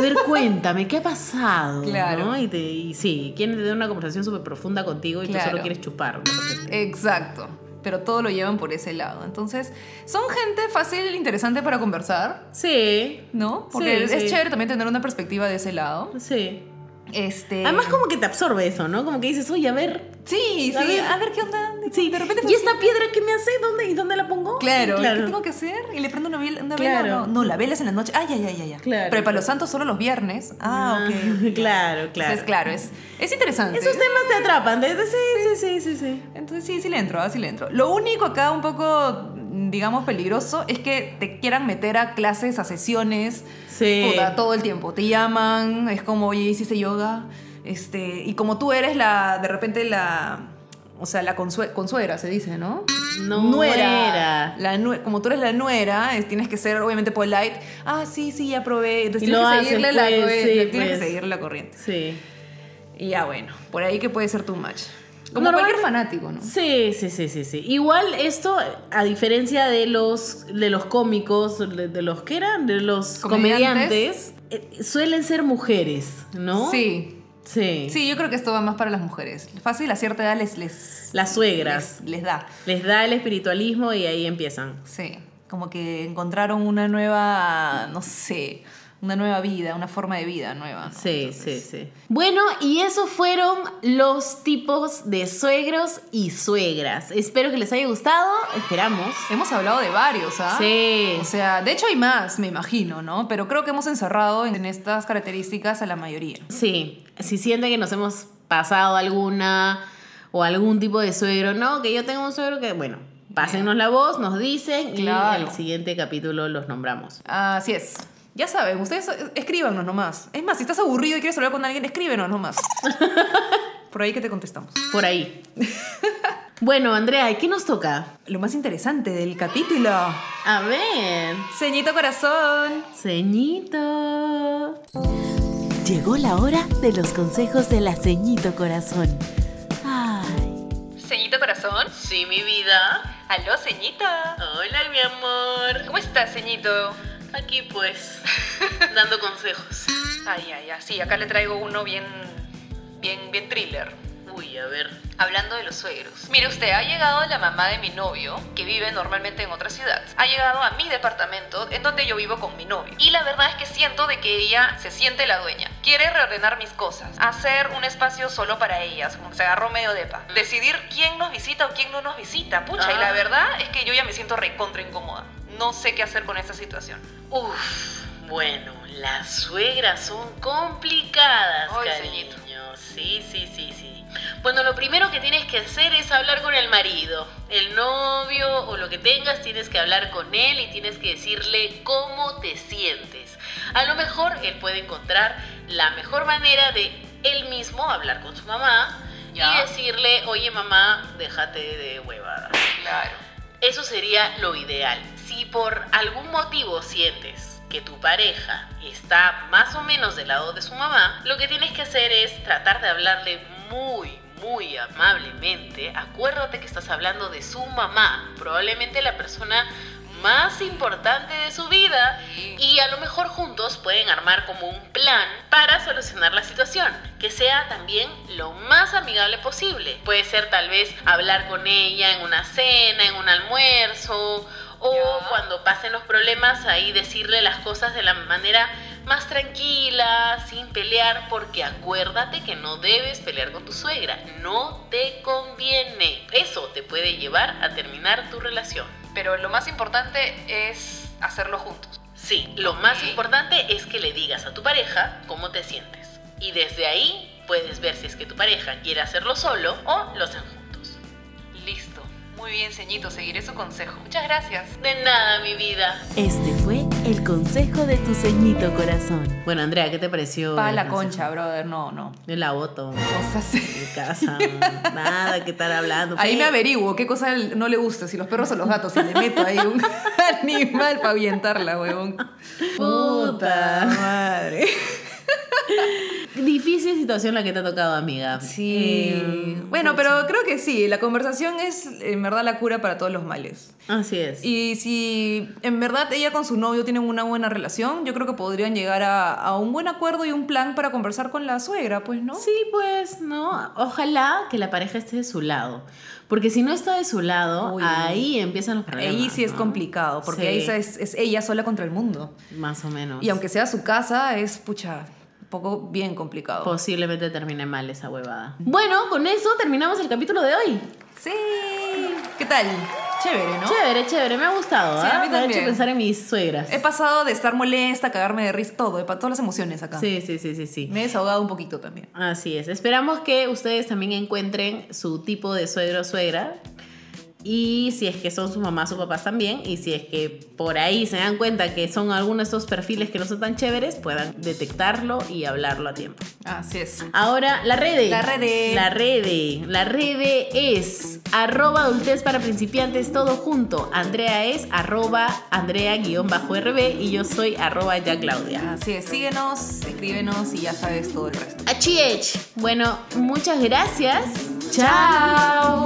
Speaker 3: ver, cuéntame, ¿qué ha pasado?
Speaker 2: Claro.
Speaker 3: ¿No? Y, te- y sí, quieren tener una conversación súper profunda contigo y tú
Speaker 2: Claro. Eh,
Speaker 3: solo quieres chupar. ¿no?
Speaker 2: Exacto. Pero todo lo llevan por ese lado. Entonces, son gente fácil, interesante para conversar,
Speaker 3: Sí,
Speaker 2: ¿no? Porque
Speaker 3: Sí,
Speaker 2: es
Speaker 3: sí.
Speaker 2: chévere también tener una perspectiva de ese lado.
Speaker 3: sí.
Speaker 2: Este.
Speaker 3: Además, como que te absorbe eso, ¿no? Como que dices, oye, a ver.
Speaker 2: Sí,
Speaker 3: A
Speaker 2: sí,
Speaker 3: ver.
Speaker 2: a ver qué onda. De-
Speaker 3: Sí,
Speaker 2: de repente pues
Speaker 3: ¿Y esta piedra que me hace? ¿Dónde, ¿Y dónde la pongo?
Speaker 2: Claro, ¿qué
Speaker 3: claro.
Speaker 2: tengo que hacer? ¿Y le prendo una, vela- una vela?
Speaker 3: Claro.
Speaker 2: o No, no, la vela es en la noche. Ay, ay, ay, ay. ay.
Speaker 3: Claro,
Speaker 2: Pero para
Speaker 3: claro.
Speaker 2: los santos solo los viernes. Ah,
Speaker 3: Ah,
Speaker 2: ok. ok.
Speaker 3: claro, claro.
Speaker 2: Entonces, claro, es, es interesante.
Speaker 3: Esos temas te atrapan. desde- Sí, sí, sí, sí, sí.
Speaker 2: Entonces, sí, sí le entro, ah, sí le entro. Lo único acá un poco, digamos, peligroso es que te quieran meter a clases, a sesiones,
Speaker 3: Sí.
Speaker 2: puta, todo el tiempo. Te llaman, es como, oye, hiciste yoga. Este, y como tú eres la, de repente la, o sea, la consue- consuegra, se dice, ¿no?
Speaker 3: No era.
Speaker 2: La nue- como tú eres la nuera, es- tienes que ser obviamente polite. Ah, sí, sí, ya probé. Entonces
Speaker 3: Y lo
Speaker 2: tienes que
Speaker 3: haces,
Speaker 2: seguirle la
Speaker 3: pues,
Speaker 2: corriente.
Speaker 3: sí,
Speaker 2: tienes
Speaker 3: pues.
Speaker 2: que seguir la corriente.
Speaker 3: Sí.
Speaker 2: Y ya bueno, por ahí que puede ser tu match. Como
Speaker 3: Normalmente-
Speaker 2: cualquier fanático, ¿no?
Speaker 3: Sí, sí, sí, sí, sí. Igual esto, a diferencia de los, de los cómicos, de, de los que eran, de los comediantes,
Speaker 2: Comediantes.
Speaker 3: eh, suelen ser mujeres, ¿no?
Speaker 2: Sí.
Speaker 3: Sí.
Speaker 2: Sí, yo creo que esto va más para las mujeres. Fácil, a cierta edad les, les,
Speaker 3: Las suegras.
Speaker 2: les, les da.
Speaker 3: Les da el espiritualismo y ahí empiezan.
Speaker 2: Sí. Como que encontraron una nueva, no sé, una nueva vida, una forma de vida nueva. ¿no?
Speaker 3: Sí,
Speaker 2: Entonces,
Speaker 3: sí, sí. Bueno, y esos fueron los tipos de suegros y suegras. Espero que les haya gustado. Esperamos.
Speaker 2: Hemos hablado de varios, ¿ah?
Speaker 3: Sí.
Speaker 2: O sea, de hecho hay más, me imagino, ¿no? Pero creo que hemos encerrado en estas características a la mayoría.
Speaker 3: Sí, si sienten que nos hemos pasado alguna o algún tipo de suegro, no, que yo tengo un suegro que, bueno, pásennos la voz, nos dicen y
Speaker 2: Claro.
Speaker 3: en el siguiente capítulo los nombramos.
Speaker 2: Así es. Ya saben, ustedes eh, escríbanos nomás. Es más, si estás aburrido y quieres hablar con alguien, escríbenos nomás. Por ahí que te contestamos.
Speaker 3: Por ahí. bueno, Andrea, ¿y qué nos toca?
Speaker 2: Lo más interesante del capítulo.
Speaker 3: A ver.
Speaker 2: Ceñito corazón.
Speaker 3: Ceñito.
Speaker 4: Llegó la hora de los consejos de la ceñito corazón. Ay,
Speaker 1: Ceñito corazón.
Speaker 5: Sí, mi vida.
Speaker 1: Aló, ceñita.
Speaker 5: Hola, mi amor.
Speaker 1: ¿Cómo estás, ceñito?
Speaker 5: Aquí pues, dando consejos.
Speaker 1: Ay, ay, ay. Sí, acá le traigo uno bien, bien, bien thriller.
Speaker 5: Uy, a ver.
Speaker 1: Hablando de los suegros. Mire usted, ha llegado la mamá de mi novio, que vive normalmente en otra ciudad. Ha llegado a mi departamento, en donde yo vivo con mi novio. Y la verdad es que siento de que ella se siente la dueña. Quiere reordenar mis cosas, hacer un espacio solo para ellas, como que se agarró medio depa. Decidir quién nos visita o quién no nos visita, pucha. Y la
Speaker 5: Ah.
Speaker 1: verdad es que yo ya me siento recontra incómoda. No sé qué hacer con esta situación.
Speaker 5: Uf, bueno, las suegras son complicadas,
Speaker 1: Ay,
Speaker 5: cariño. Sí, sí, sí, sí. Bueno, lo primero que tienes que hacer es hablar con el marido, el novio o lo que tengas, tienes que hablar con él y tienes que decirle cómo te sientes. A lo mejor él puede encontrar la mejor manera de él mismo hablar con su mamá
Speaker 1: Ya.
Speaker 5: y decirle, oye mamá, déjate de huevadas.
Speaker 1: Claro.
Speaker 5: Eso sería lo ideal. Si por algún motivo sientes que tu pareja está más o menos del lado de su mamá, lo que tienes que hacer es tratar de hablarle muy, muy amablemente. Acuérdate que estás hablando de su mamá, probablemente la persona más importante de su vida y a lo mejor juntos pueden armar como un plan para solucionar la situación, que sea también lo más amigable posible. Puede ser tal vez hablar con ella en una cena, en un almuerzo, o
Speaker 1: Ya.
Speaker 5: cuando pasen los problemas ahí decirle las cosas de la manera más tranquila, sin pelear, porque acuérdate que no debes pelear con tu suegra, no te conviene. Eso te puede llevar a terminar tu relación.
Speaker 1: Pero lo más importante es hacerlo juntos.
Speaker 5: Sí, lo más
Speaker 1: Ok.
Speaker 5: importante es que le digas a tu pareja cómo te sientes. Y desde ahí puedes ver si es que tu pareja quiere hacerlo solo o lo hacen juntos.
Speaker 1: Muy bien, ceñito, seguiré su consejo. Muchas gracias.
Speaker 5: De nada, mi vida.
Speaker 4: Este fue el consejo de tu ceñito corazón.
Speaker 3: Bueno, Andrea, ¿qué te pareció?
Speaker 2: Pa' la
Speaker 3: el
Speaker 2: concha, brother. No, no.
Speaker 3: consejo? Yo la voto.
Speaker 2: Cosas.
Speaker 3: En casa. Nada, ¿qué tal hablando?
Speaker 2: Ahí
Speaker 3: Fe-
Speaker 2: me averiguo qué cosa no le gusta, si los perros o los gatos, si le meto ahí un animal para ahuyentarla, huevón.
Speaker 3: Puta
Speaker 2: madre.
Speaker 3: Difícil situación la que te ha tocado, amiga.
Speaker 2: Sí.
Speaker 3: Eh,
Speaker 2: bueno, pero creo que sí, la conversación es en verdad la cura para todos los males.
Speaker 3: Así es.
Speaker 2: Y si en verdad ella con su novio tienen una buena relación, yo creo que podrían llegar a, a un buen acuerdo y un plan para conversar con la suegra, pues, ¿no?
Speaker 3: Sí, pues, ¿no? Ojalá que la pareja esté de su lado. Porque si no está de su lado,
Speaker 2: Uy.
Speaker 3: ahí empiezan los problemas.
Speaker 2: Ahí sí es
Speaker 3: ¿no?
Speaker 2: complicado, porque
Speaker 3: Sí,
Speaker 2: ahí es, es ella sola contra el mundo.
Speaker 3: Más o menos.
Speaker 2: Y aunque sea su casa, es, pucha, un poco bien complicado.
Speaker 3: Pues, Posiblemente termine mal esa huevada. Bueno, con eso terminamos el capítulo de hoy.
Speaker 2: sí. ¿Qué tal? Chévere, ¿no?
Speaker 3: Chévere, chévere, me ha gustado.
Speaker 2: Sí, a
Speaker 3: ¿ah?
Speaker 2: mí
Speaker 3: me ha hecho
Speaker 2: también.
Speaker 3: pensar en mis suegras.
Speaker 2: He pasado de estar molesta, a cagarme de risa, todo, he pa- todas las emociones acá.
Speaker 3: Sí, sí, sí, sí, sí.
Speaker 2: Me he desahogado un poquito también.
Speaker 3: Así es. Esperamos que ustedes también encuentren su tipo de suegro o suegra. Y si es que son sus mamás o papás también. Y si es que por ahí se dan cuenta que son algunos de estos perfiles que no son tan chéveres, puedan detectarlo y hablarlo a tiempo.
Speaker 2: Así es.
Speaker 3: Ahora, la red.
Speaker 2: La rede.
Speaker 3: La red. La red es arroba adultez para principiantes todo junto. Andrea es arroba Andrea-RB y yo soy arroba ya Claudia.
Speaker 2: Así es, síguenos, escríbenos y ya sabes todo el resto.
Speaker 3: Achich. Bueno, muchas gracias.
Speaker 2: ¡Chao!